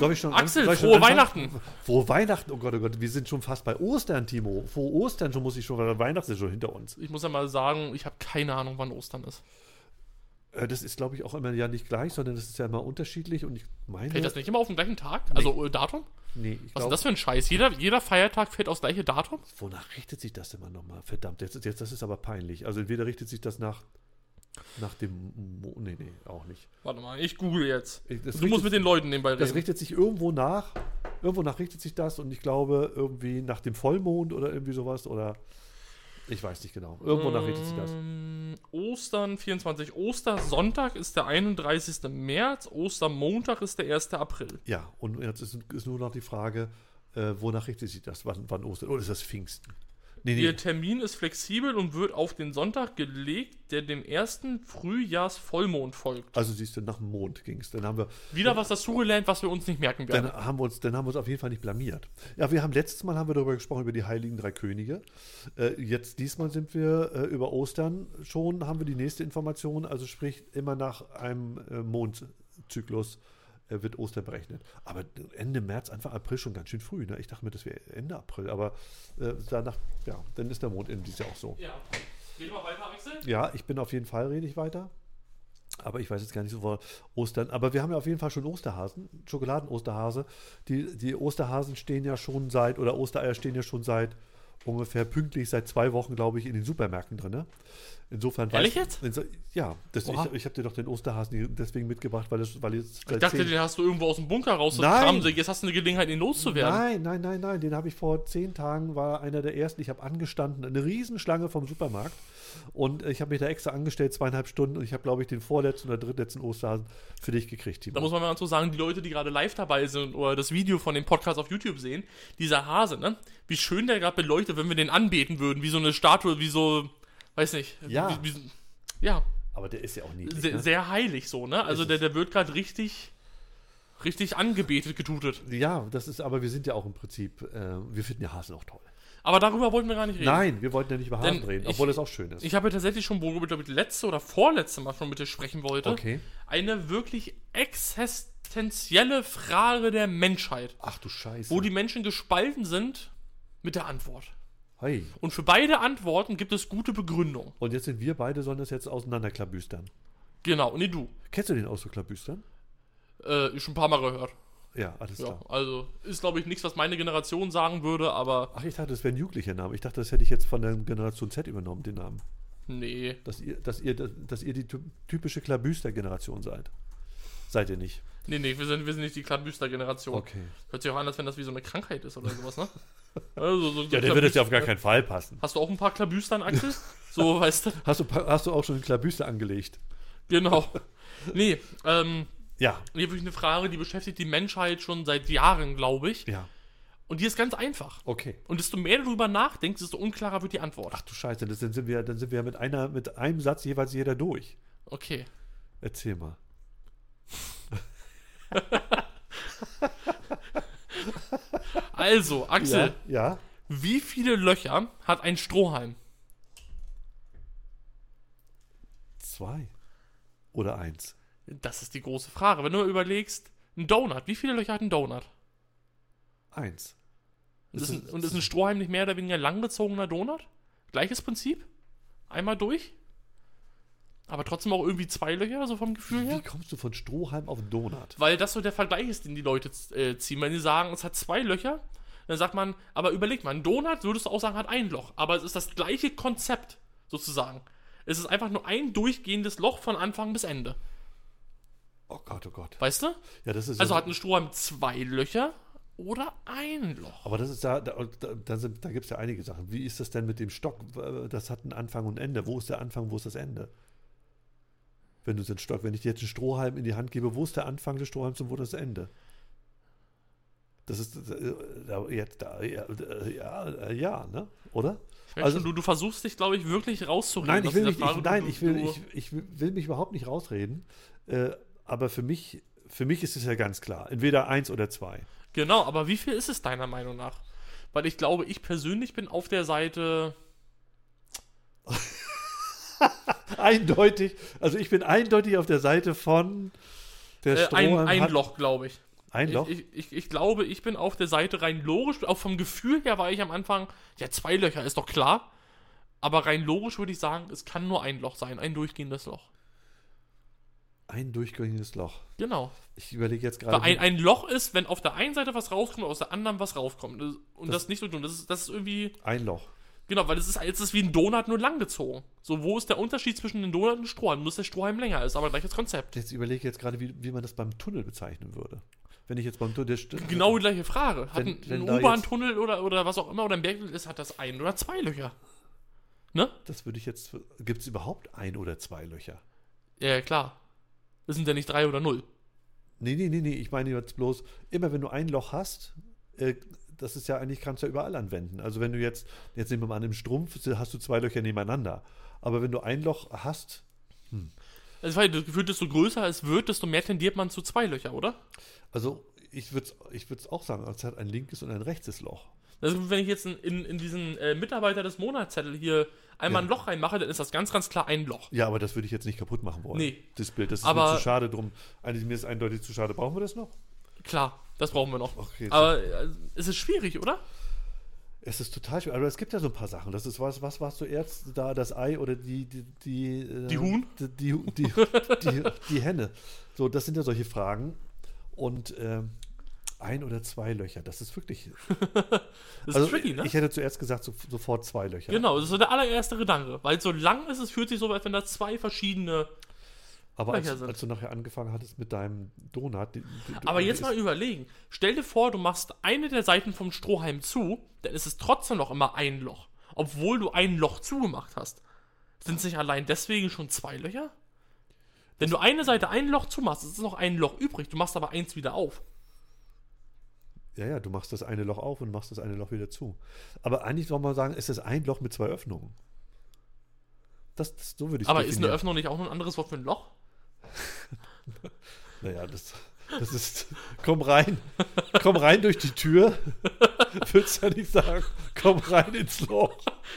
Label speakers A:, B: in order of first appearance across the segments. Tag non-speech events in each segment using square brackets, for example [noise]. A: Soll ich schon
B: Axel,
A: soll ich schon
B: frohe
A: anfangen?
B: Weihnachten.
A: Frohe Weihnachten, oh Gott, oh Gott, wir sind schon fast bei Ostern, Timo. Frohe Ostern, schon muss ich schon, weil Weihnachten ist schon hinter uns.
B: Ich muss ja mal sagen, ich habe keine Ahnung, wann Ostern ist.
A: Äh, Das ist, glaube ich, auch immer ja nicht gleich, sondern das ist ja immer unterschiedlich und ich meine.
B: Fällt das nicht immer auf den gleichen Tag? Also äh, Datum?
A: Nee, ich
B: Was ist
A: glaube,
B: das für ein Scheiß? Jeder, jeder Feiertag fällt aufs gleiche Datum?
A: wonach richtet sich das immer nochmal? Verdammt, jetzt, ist- jetzt, das ist aber peinlich. Also entweder richtet sich das nach, nach dem. Mo nee, nee, auch nicht.
B: Warte mal, ich google jetzt.
A: Ich- das
B: du
A: richtig-
B: musst mit den Leuten nebenbei reden.
A: Das richtet sich irgendwo nach. Irgendwo nach richtet sich das und ich glaube, irgendwie nach dem Vollmond oder irgendwie sowas oder. Ich weiß nicht genau. Irgendwo nach richtet sich das.
B: Ähm, Ostern 24. Ostersonntag ist der 31. März, Ostermontag ist der 1. April.
A: Ja, und jetzt ist, ist nur noch die Frage, äh, wonach richtet sich das? Wann, wann Ostern? Oder ist das Pfingsten? Nee, nee.
B: Ihr Termin ist flexibel und wird auf den Sonntag gelegt, der dem ersten Frühjahrsvollmond folgt.
A: Also siehst du, nach dem Mond ging es. Dann haben wir,
B: Wieder was dazugelernt, was wir uns nicht merken werden.
A: dann haben wir uns, dann haben wir uns auf jeden Fall nicht blamiert. Ja, wir haben letztes Mal haben wir darüber gesprochen über die heiligen drei Könige. Äh, jetzt diesmal sind wir äh, über Ostern schon haben wir die nächste Information. Also sprich immer nach einem äh, Mondzyklus äh, wird Ostern berechnet. Aber Ende März, Anfang April schon ganz schön früh. Ne? Ich dachte mir, das wäre Ende April, aber äh, danach, ja, dann ist der Mond eben dieses Jahr auch so.
B: Ja. Geht mal weiter, Axel?
A: Ja, ich bin auf jeden Fall, rede ich weiter. Aber ich weiß jetzt gar nicht so vor Ostern. Aber wir haben ja auf jeden Fall schon Osterhasen, Schokoladen-Osterhase. Die, die Osterhasen stehen ja schon seit, oder Ostereier stehen ja schon seit ungefähr pünktlich seit zwei Wochen, glaube ich, in den Supermärkten drin. Ne? Insofern weiß-
B: Ehrlich jetzt?
A: Inso, ja, das, ich,
B: Oha.
A: ich habe dir doch den Osterhasen hier deswegen mitgebracht, weil, das, weil jetzt
B: Ich dachte, den hast du irgendwo aus dem Bunker rausgekramt. Jetzt hast du eine Gelegenheit, ihn loszuwerden.
A: Nein, nein, nein, nein. Den habe ich vor zehn Tagen, war einer der ersten. Ich habe angestanden, eine Riesenschlange vom Supermarkt. Und ich habe mich da extra angestellt, zweieinhalb Stunden. Und ich habe, glaube ich, den vorletzten oder drittletzten Osterhasen für dich gekriegt, Timo.
B: Da muss man mal so sagen, die Leute, die gerade live dabei sind oder das Video von dem Podcast auf YouTube sehen, dieser Hase, ne? Wie schön der gerade beleuchtet, wenn wir den anbeten würden, wie so eine Statue, wie so, weiß nicht.
A: Ja.
B: Wie, wie, ja,
A: Aber der ist ja auch niedlich.
B: sehr,
A: ne?
B: sehr heilig so, ne? Also
A: Ist
B: der,
A: es.
B: der wird gerade richtig, richtig angebetet, getutet.
A: ja, das ist, aber wir sind ja auch im Prinzip, äh, wir finden ja Hasen auch toll.
B: Aber darüber wollten wir gar nicht reden.
A: Nein, wir wollten ja nicht über Hasen
B: Denn
A: reden,
B: ich-
A: obwohl es auch schön ist.
B: Ich habe ja tatsächlich schon, worüber ich glaube ich letzte oder vorletzte Mal schon mit dir sprechen wollte,
A: Okay.
B: eine wirklich existenzielle Frage der Menschheit,
A: Ach du Scheiße.
B: wo die Menschen gespalten sind mit der Antwort.
A: Hey.
B: Und für beide Antworten gibt es gute Begründung.
A: Und jetzt sind wir beide, sollen das jetzt auseinanderklabüstern.
B: Genau, nee, du.
A: Kennst du den Ausdruck klabüstern?
B: Äh, schon ein paar Mal gehört.
A: Ja, alles
B: Ja,
A: klar.
B: also ist, glaube ich, nichts, was meine Generation sagen würde, aber
A: Ach, ich dachte, das wäre ein jugendlicher Name. Ich dachte, das hätte ich jetzt von der Generation Z übernommen, den Namen.
B: nee.
A: Dass ihr, dass ihr, dass ihr die ty- typische Klabüster-Generation seid. Seid ihr nicht.
B: Nee, nee, wir sind, wir sind nicht die Klabüster-Generation.
A: Okay.
B: Hört sich auch an, als wenn das wie so eine Krankheit ist oder
A: [laughs]
B: sowas, ne? Also, so, so
A: Ja, der wird jetzt ja auf gar
B: Klabüster-
A: keinen Fall passen.
B: Hast du auch ein paar Klabüstern, Axel? so, weißt du?
A: Hast du, pa- hast du auch schon einen Klabüster angelegt?
B: Genau. Nee, ähm,
A: Ja.
B: hier wirklich eine Frage, die beschäftigt die Menschheit schon seit Jahren, glaube ich.
A: Ja.
B: Und die ist ganz einfach.
A: Okay.
B: Und desto mehr du darüber nachdenkst, desto unklarer wird die Antwort.
A: Ach du Scheiße, das, dann sind wir, dann sind wir mit, einer, mit einem Satz jeweils jeder durch.
B: Okay.
A: Erzähl mal.
B: Also, Axel,
A: Ja? ja?
B: wie viele Löcher hat ein Strohhalm?
A: Zwei. Oder eins.
B: Das ist die große Frage. Wenn du mal überlegst, ein Donut, wie viele Löcher hat ein Donut?
A: Eins.
B: Und
A: Das
B: ist ein,
A: ist-
B: und ist ein Strohhalm nicht mehr oder weniger langgezogener Donut? Gleiches Prinzip? Einmal durch? Aber trotzdem auch irgendwie zwei Löcher, so vom Gefühl
A: Wie
B: her?
A: kommst du von Strohhalm auf Donut?
B: Weil das so der Vergleich ist, den die Leute äh, ziehen. Wenn sie sagen, es hat zwei Löcher, dann sagt man, aber überleg mal, ein Donut würdest du auch sagen, hat ein Loch. Aber es ist das gleiche Konzept, sozusagen. Es ist einfach nur ein durchgehendes Loch von Anfang bis Ende.
A: Oh Gott, oh Gott.
B: Weißt du?
A: Ja, das ist
B: Also
A: ja-
B: hat ein Strohhalm zwei Löcher oder ein Loch.
A: Aber das ist ja, da, da, da, sind- da gibt es ja einige Sachen. Wie ist das denn mit dem Stock? Das hat einen Anfang und ein Ende. Wo ist der Anfang, wo ist das Ende? Wenn du den Stock, wenn ich dir jetzt einen Strohhalm in die Hand gebe, wo ist der Anfang des Strohhalms und wo das Ende? Das ist äh, da, jetzt da, ja, äh, ja, äh, ja, ne? Oder?
B: Ich merk
A: Also-
B: schon, du, du versuchst dich, glaube ich, wirklich rauszureden.
A: Nein,
B: aus
A: ich will,
B: dieser
A: mich,
B: Frage.
A: ich, nein
B: Du-
A: ich, will,
B: du-
A: ich, ich will mich überhaupt nicht rausreden. Äh, aber für mich, für mich ist es ja ganz klar. Entweder eins oder zwei.
B: Genau, aber wie viel ist es deiner Meinung nach? Weil ich glaube, ich persönlich bin auf der Seite.
A: Eindeutig, also ich bin eindeutig auf der Seite von der
B: Äh, ein,
A: Strohhalm
B: Äh, ein
A: hat-
B: Loch, glaube ich.
A: Ein Loch?
B: Ich, ich, ich glaube, ich bin auf der Seite rein logisch, auch vom Gefühl her war ich am Anfang, ja, zwei Löcher ist doch klar. Aber rein logisch würde ich sagen, es kann nur ein Loch sein, ein durchgehendes Loch.
A: Ein durchgängiges Loch.
B: Genau.
A: Ich überlege jetzt
B: Weil
A: gerade.
B: ein, ein Loch ist, wenn auf der einen Seite was rauskommt, aus der anderen was raufkommt. Das- Und das,
A: Das-
B: nicht so tun. Das ist, das ist irgendwie.
A: ein Loch.
B: Genau, weil es ist, es ist wie ein Donut nur langgezogen. So, wo ist der Unterschied zwischen einem Donut und einem Strohhalm? Nur, dass der Strohhalm länger ist, aber gleiches Konzept.
A: Jetzt überlege ich jetzt gerade, wie, wie man das beim Tunnel bezeichnen würde. Wenn ich jetzt beim Tunnel. der st-
B: Genau die gleiche Frage. Hat
A: Wenn-
B: ein,
A: wenn
B: ein
A: da jetzt-
B: U-Bahn-Tunnel oder, oder was auch immer oder ein Bergtunnel ist, hat das ein oder zwei Löcher. Ne?
A: Das würde ich jetzt. Gibt es überhaupt ein oder zwei Löcher?
B: Ja, ja, klar. Das sind ja nicht drei oder null.
A: Nee, nee, nee, nee. Ich meine jetzt bloß, immer wenn du ein Loch hast, äh, das ist ja eigentlich, kannst du ja überall anwenden. Also wenn du jetzt, jetzt nehmen wir mal an, im Strumpf hast du zwei Löcher nebeneinander. Aber wenn du ein Loch hast,
B: Also, weil das Gefühl, desto größer es wird, desto mehr tendiert man zu zwei Löcher, oder?
A: also ich würde es ich würd's auch sagen, es hat ein linkes und ein rechtes Loch.
B: Also wenn ich jetzt in, in, in diesen äh, Mitarbeiter des Monatszettel hier einmal
A: Ja.
B: ein Loch reinmache, dann ist das ganz, ganz klar ein Loch.
A: Ja, aber das würde ich jetzt nicht kaputt machen wollen.
B: Nee.
A: Das Bild, das ist
B: Aber-
A: mir zu schade drum. Eigentlich, mir ist eindeutig zu schade. Brauchen wir das noch?
B: Klar, das brauchen wir noch.
A: Okay,
B: Aber äh, es ist schwierig, oder?
A: Es ist total schwer. Aber es gibt ja so ein paar Sachen. Das ist was, was warst du erst da, das Ei oder die die die, äh,
B: Die Huhn?
A: Die, die, die, die, die Henne. So, das sind ja solche Fragen. Und ähm, ein oder zwei Löcher, das ist wirklich.
B: Das
A: also,
B: ist tricky, ne?
A: Ich hätte zuerst gesagt, so, sofort zwei Löcher.
B: Genau, das ist so der allererste Gedanke. Weil so lang ist es, fühlt sich so, als wenn da zwei verschiedene.
A: Aber
B: Löcher
A: als,
B: sind.
A: als du nachher angefangen hattest mit deinem Donut. Die, die,
B: Aber
A: die
B: jetzt
A: ist-
B: mal überlegen. Stell dir vor, du machst eine der Seiten vom Strohhalm zu, dann ist es trotzdem noch immer ein Loch. Obwohl du ein Loch zugemacht hast. Sind es nicht allein deswegen schon zwei Löcher? Wenn du eine Seite ein Loch zumachst, es ist noch ein Loch übrig, du machst aber eins wieder auf.
A: Ja, ja, du machst das eine Loch auf und machst das eine Loch wieder zu. Aber eigentlich soll man sagen, es ist ein Loch mit zwei Öffnungen. Das, das, so würde ich
B: aber ist eine Öffnung nicht auch noch ein anderes Wort für ein Loch?
A: Naja, das, das ist. Komm rein. Komm rein durch die Tür. [laughs] Würdest ja nicht sagen, komm rein ins Loch.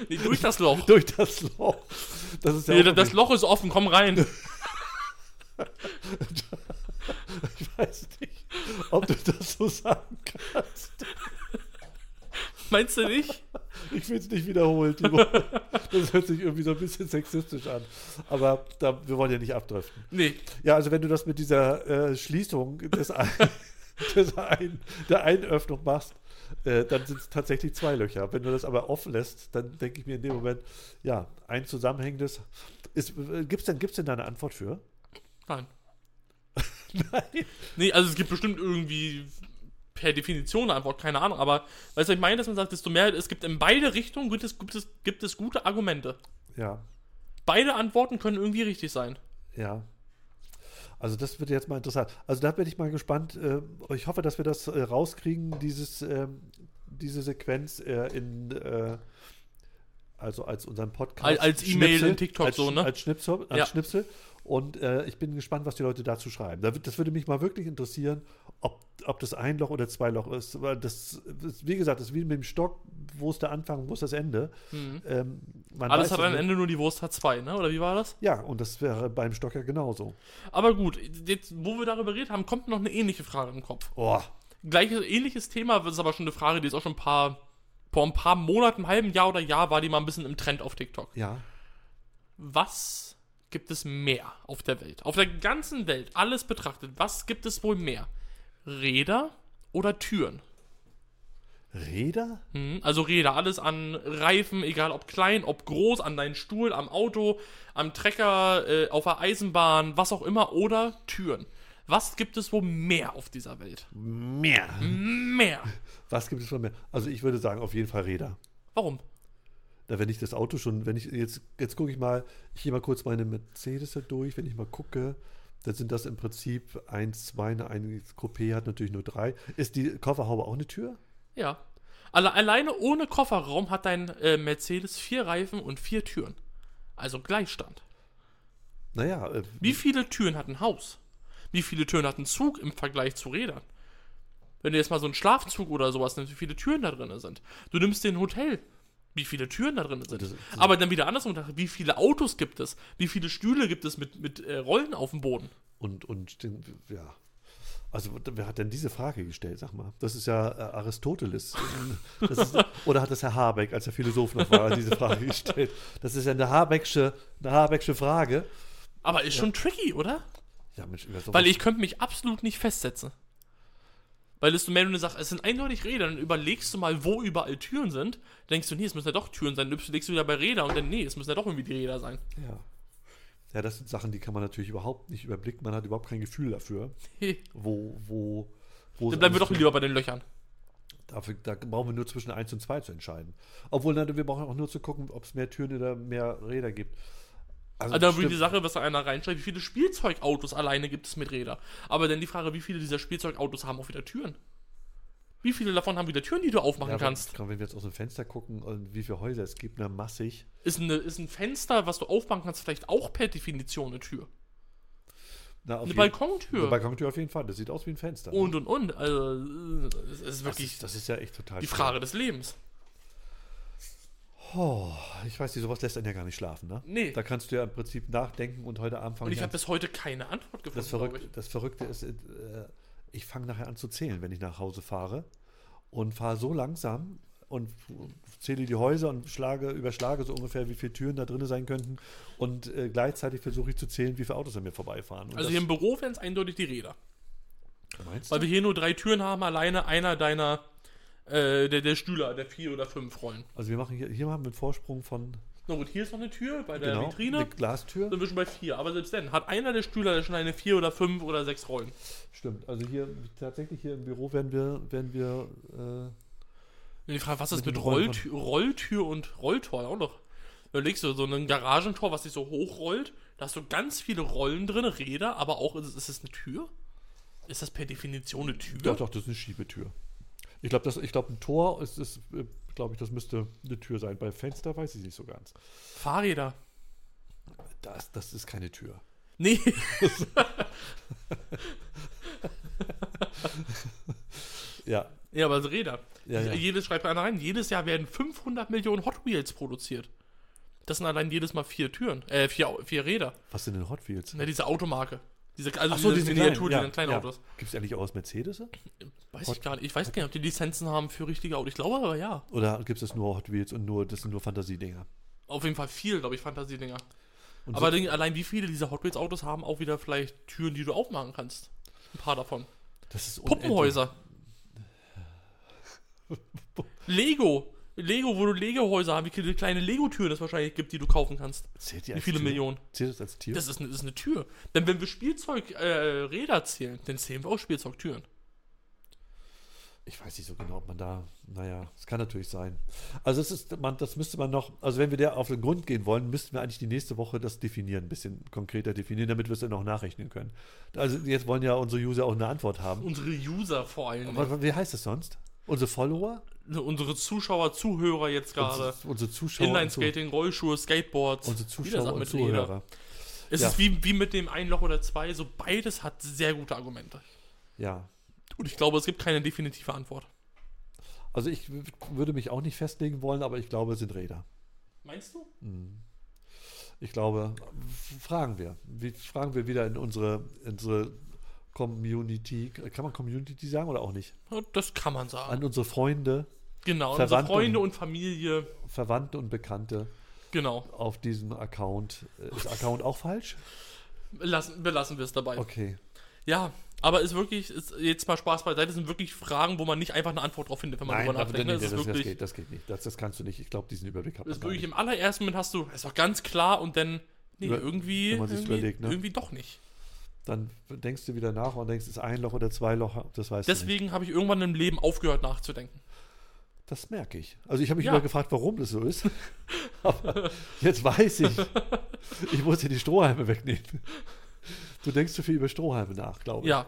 B: Nee,
A: [laughs]
B: durch das Loch.
A: Durch das Loch. Das ist ja
B: Nee,
A: auch
B: das, das
A: nicht-
B: Loch ist offen, komm rein. [laughs]
A: Ich weiß nicht, ob du das so sagen kannst.
B: Meinst du nicht?
A: Ich will es nicht wiederholen,
B: [laughs]
A: Timo. Das hört sich irgendwie so ein bisschen sexistisch an. Aber da, wir wollen ja nicht abdriften.
B: Nee.
A: Ja, also wenn du das mit dieser äh, Schließung des ein, des ein, der einen Öffnung machst, äh, dann sind es tatsächlich zwei Löcher. Wenn du das aber offen lässt, dann denke ich mir in dem Moment, ja, ein zusammenhängendes. Ist, äh, gibt's denn, gibt's denn da eine Antwort für?
B: Nein.
A: [laughs] Nein.
B: Nee, also es gibt bestimmt irgendwie per Definition eine Antwort, keine Ahnung, aber weißt du, ich meine, dass man sagt, desto mehr es gibt in beide Richtungen gibt es, gibt es, gibt es gute Argumente.
A: Ja,
B: Beide Antworten können irgendwie richtig sein.
A: ja. Also das wird jetzt mal interessant. Also da bin ich mal gespannt. Äh, ich hoffe, dass wir das äh, rauskriegen, dieses, ähm, diese Sequenz äh, in äh, also als unseren Podcast.
B: Als- als E-Mail
A: Schnipsel,
B: in TikTok
A: als,
B: so, ne?
A: Als Schnipsel. Als
B: Ja.
A: Schnipsel. Und äh, ich bin gespannt, was die Leute dazu schreiben. Da wird- Das würde mich mal wirklich interessieren, ob, ob das ein Loch oder zwei Loch ist. Weil das, das, wie gesagt, das ist wie mit dem Stock, wo ist der Anfang, wo ist das Ende. Ähm, man
B: Mhm. Alles
A: weiß
B: hat
A: es
B: am
A: nicht.
B: Ende nur die Wurst hat zwei, ne? Oder wie war das?
A: Ja, und das wäre beim Stock ja genauso.
B: Aber gut, jetzt, wo wir darüber geredet haben, kommt noch eine ähnliche Frage im Kopf.
A: Oh,
B: Gleiches, ähnliches Thema, das ist aber schon eine Frage, die ist auch schon ein paar, vor ein paar Monaten, einem halben Jahr oder Jahr war die mal ein bisschen im Trend auf TikTok.
A: ja.
B: was gibt es mehr auf der Welt? Auf der ganzen Welt, alles betrachtet, was gibt es wohl mehr? Räder oder Türen?
A: Räder?
B: Hm? Also Räder, alles an Reifen, egal ob klein, ob groß, an deinen Stuhl, am Auto, am Trecker, äh, auf der Eisenbahn, was auch immer, oder Türen. Was gibt es wohl mehr auf dieser Welt?
A: Mehr.
B: Mehr.
A: Was gibt es von mehr? Also ich würde sagen, auf jeden Fall Räder.
B: Warum?
A: Da wenn ich das Auto schon, wenn ich jetzt, jetzt gucke ich mal, ich gehe mal kurz meine Mercedes da durch, wenn ich mal gucke, dann sind das im Prinzip eins, zwei, eine, ein Coupé hat natürlich nur drei. Ist die Kofferhaube auch eine Tür?
B: Ja. Alle, alleine ohne Kofferraum hat dein äh, Mercedes vier Reifen und vier Türen. Also Gleichstand.
A: Naja, äh,
B: Wie viele Türen hat ein Haus? Wie viele Türen hat ein Zug im Vergleich zu Rädern? Wenn du jetzt mal so einen Schlafzug oder sowas nimmst, wie viele Türen da drin sind. Du nimmst dir ein Hotel, wie viele Türen da drin sind.
A: Das- das-
B: Aber dann wieder andersrum, gedacht, wie viele Autos gibt es? Wie viele Stühle gibt es mit, mit äh, Rollen auf dem Boden?
A: und, und den, ja. Also, wer hat denn diese Frage gestellt, sag mal? Das ist ja äh, Aristoteles. Das ist, oder hat das Herr Habeck, als er Philosoph noch war, diese Frage gestellt? Das ist ja eine Habecksche, eine Habecksche Frage.
B: Aber ist schon tricky, oder?
A: Ja, Mensch, über sowas-
B: Weil ich könnte mich absolut nicht festsetzen. Weil desto mehr du eine Sache, es sind eindeutig Räder, dann überlegst du mal, wo überall Türen sind, denkst du, nee, es müssen ja doch Türen sein, dann überlegst du wieder bei Räder und dann, nee, es müssen ja doch irgendwie die Räder sein. [laughs]
A: Ja. ja, das sind Sachen, die kann man natürlich überhaupt nicht überblicken. Man hat überhaupt kein Gefühl dafür, wo, wo, wo
B: dann bleiben
A: alles
B: wir
A: Also
B: doch lieber bei den Löchern.
A: Dafür, da brauchen wir nur zwischen 1 und 2 zu entscheiden. Obwohl, na, wir brauchen auch nur zu gucken, ob es mehr Türen oder mehr Räder gibt.
B: Also da würde
A: stimmt.
B: die Sache, was da einer reinschreibt, wie viele Spielzeugautos alleine gibt es mit Räder. Aber dann die Frage, wie viele dieser Spielzeugautos haben auch wieder Türen? Wie viele davon haben wieder Türen, die du aufmachen
A: ja,
B: kannst?
A: Wenn, wenn wir jetzt aus dem Fenster gucken und wie viele Häuser es gibt, na massig.
B: Ist, eine, ist ein Fenster, was du aufmachen kannst, vielleicht auch per Definition eine Tür?
A: Na, auf
B: Eine
A: jeden- Also
B: Balkontür?
A: Eine Balkontür auf jeden Fall. Das sieht aus wie ein Fenster. ne?
B: und und und. Also, äh, es ist
A: das,
B: wirklich
A: ist, das ist ja echt total.
B: die
A: schwer.
B: Frage des Lebens.
A: Oh, ich weiß nicht, sowas lässt einen ja gar nicht schlafen, ne?
B: Nee.
A: Da kannst du ja im Prinzip nachdenken und heute Abend fangen.
B: Und ich habe bis heute keine Antwort gefunden.
A: Das,
B: glaub
A: Verrückte, das Verrückte ist, äh, ich fange nachher an zu zählen, wenn ich nach Hause fahre und fahre so langsam und zähle die Häuser und schlage, überschlage so ungefähr, wie viele Türen da drin sein könnten und äh, gleichzeitig versuche ich zu zählen, wie viele Autos an mir vorbeifahren. Und
B: Also hier im Büro wären es eindeutig die Räder.
A: das, meinst
B: Weil
A: du?
B: wir hier nur drei Türen haben, alleine einer deiner, äh, der, der Stühler, der vier oder fünf Rollen.
A: Also wir machen hier, hier haben wir einen Vorsprung von
B: Na gut, hier ist noch eine Tür bei der
A: genau,
B: Vitrine.
A: eine Glastür.
B: Sind wir schon bei vier. Aber selbst dann hat einer der Stühler schon eine vier oder fünf oder sechs Rollen.
A: Stimmt, also hier tatsächlich hier im Büro werden wir, äh, werden wir
B: Und die Frage, was ist
A: Mit
B: mit,
A: den Rollen
B: Rolltür, Rolltür und Rolltor auch noch? Da legst du so ein Garagentor, was sich so hochrollt. Da hast du ganz viele Rollen drin, Räder, aber auch, ist, ist das eine Tür? Ist das per Definition eine Tür?
A: Doch, doch, das ist eine Schiebetür. Ich glaube, das- ich glaube, ein Tor ist, ist glaube ich, das müsste eine Tür sein. Bei Fenster weiß ich nicht so ganz.
B: Fahrräder. [laughs]
A: Das, das ist keine Tür.
B: Nee.
A: Ja.
B: ja, aber so Räder.
A: Ja, ja.
B: Jedes schreibt einer rein. Jedes Jahr werden 500 Millionen Hot Wheels produziert. Das sind allein jedes Mal vier Türen, äh, vier, vier Räder.
A: Was sind denn Hot Wheels?
B: Na, Ne, diese Automarke. Diese, also
A: Ach so,
B: diese,
A: diese
B: Miniatur,
A: kleinen,
B: diese kleinen
A: ja,
B: Autos.
A: Ja. Gibt es eigentlich auch aus Mercedes?
B: Weiß ich gar nicht. Ich weiß gar nicht, ob die Lizenzen haben für richtige Autos. Ich glaube aber ja.
A: Oder gibt es das nur Hot Wheels und nur, das sind nur Fantasiedinger?
B: Auf jeden Fall viel, glaube ich, Fantasiedinger.
A: Und
B: Aber
A: so,
B: denk- allein wie viele dieser Hot Wheels Autos haben auch wieder vielleicht Türen, die du aufmachen kannst. Ein paar davon.
A: das ist unendlich. [laughs]
B: Puppenhäuser. Lego. Lego, wo du Lego-Häuser haben, wie viele kleine Lego-Türen es wahrscheinlich gibt, die du kaufen kannst.
A: Zählt die
B: Wie
A: als
B: viele
A: Tür?
B: Millionen?
A: Zählt das als Tier?
B: Das ist eine, das ist eine Tür. Denn wenn wir Spielzeugräder äh, Räder zählen, dann zählen wir auch Spielzeugtüren.
A: ich weiß nicht so genau, ob man da, naja, es kann natürlich sein. Also es ist, man, das müsste man noch, also wenn wir der auf den Grund gehen wollen, müssten wir eigentlich die nächste Woche das definieren, ein bisschen konkreter definieren, damit wir es dann auch nachrechnen können. Also jetzt wollen ja unsere User auch eine Antwort haben.
B: Unsere User vor allem.
A: Aber wie heißt das sonst? Unsere Follower?
B: ne, Unsere Zuschauer, Zuhörer jetzt gerade.
A: Unsere, unsere Zuschauer? und
B: Inline-Skating, Rollschuhe, Skateboards.
A: Zu, unsere
B: Jeder
A: Zuschauer
B: sagt
A: und
B: mit jeder.
A: Zuhörer.
B: Es
A: Ja.
B: ist wie, wie mit dem ein Loch oder zwei, so beides hat sehr gute Argumente.
A: Ja.
B: Und ich glaube, es gibt keine definitive Antwort.
A: Also ich w- würde mich auch nicht festlegen wollen, aber ich glaube, es sind Räder.
B: Meinst du?
A: Ich glaube, f- fragen wir. Wie, fragen wir wieder in unsere, in unsere Community. Kann man Community sagen oder auch nicht?
B: Ja, das kann man sagen.
A: An unsere Freunde,
B: Genau, unsere
A: Verwandte und-
B: Freunde und Familie.
A: Verwandte und Bekannte
B: Genau.
A: auf diesem Account. Äh, Ist Account auch falsch?
B: Lassen, belassen wir es dabei.
A: Okay.
B: Ja, aber ist wirklich, ist jetzt mal Spaß beiseite, sind wirklich Fragen, wo man nicht einfach eine Antwort drauf findet, wenn man
A: Nein,
B: drüber
A: das,
B: nachdenkt.
A: nee,
B: ne?
A: das,
B: Es ist
A: das,
B: wirklich,
A: geht, das geht nicht. Das, das kannst du nicht. Ich glaube, diesen Überblick hat
B: es
A: man
B: ist
A: gar
B: wirklich
A: nicht.
B: im allerersten Moment hast du, ist doch ganz klar und dann, nee,
A: Über-
B: irgendwie,
A: wenn man sich's
B: irgendwie,
A: überlegt, ne?
B: irgendwie doch nicht.
A: Dann denkst du wieder nach und denkst, ist ein Loch oder zwei Loch, das weißt du nicht.
B: Deswegen habe ich irgendwann im Leben aufgehört nachzudenken.
A: Das merke ich. Also ich habe mich
B: Ja.
A: immer gefragt, warum das so
B: [laughs]
A: ist. Aber jetzt weiß ich. Ich muss dir die Strohhalme wegnehmen. Du denkst zu viel über Strohhalme nach, glaube ich.
B: Ja,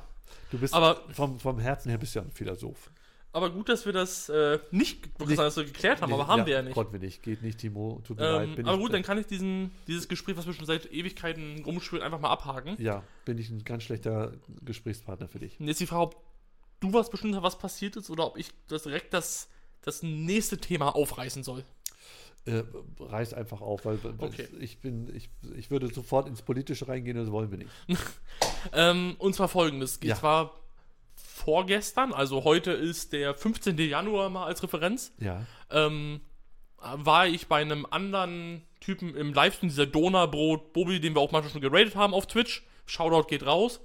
A: Du bist
B: aber-
A: vom, vom Herzen her bist du ja ein Philosoph.
B: aber gut, dass wir das äh, nicht
A: Nee.
B: wirklich dass wir das geklärt haben, aber haben wir ja nicht.
A: Konnten wir nicht. Geht nicht, Timo. Tut mir leid.
B: Ähm, aber
A: ich,
B: gut, dann kann ich diesen, dieses Gespräch, was wir schon seit Ewigkeiten rumschwirren, einfach mal abhaken.
A: Ja, bin ich ein ganz schlechter Gesprächspartner für dich.
B: Und jetzt die Frage, ob du was bestimmt hast, was passiert ist, oder ob ich das direkt das, das nächste Thema aufreißen soll.
A: Äh, reiß einfach auf, weil weil
B: Okay.
A: ich bin, ich, ich würde sofort ins Politische reingehen, das wollen wir nicht.
B: Ähm, und zwar folgendes.
A: Ja.
B: Es war vorgestern, also heute ist der 15. Januar mal als Referenz,
A: Ja.
B: ähm, war ich bei einem anderen Typen im Livestream, dieser Donnerbrot Bobby, den wir auch manchmal schon geratet haben auf Twitch. Shoutout geht raus.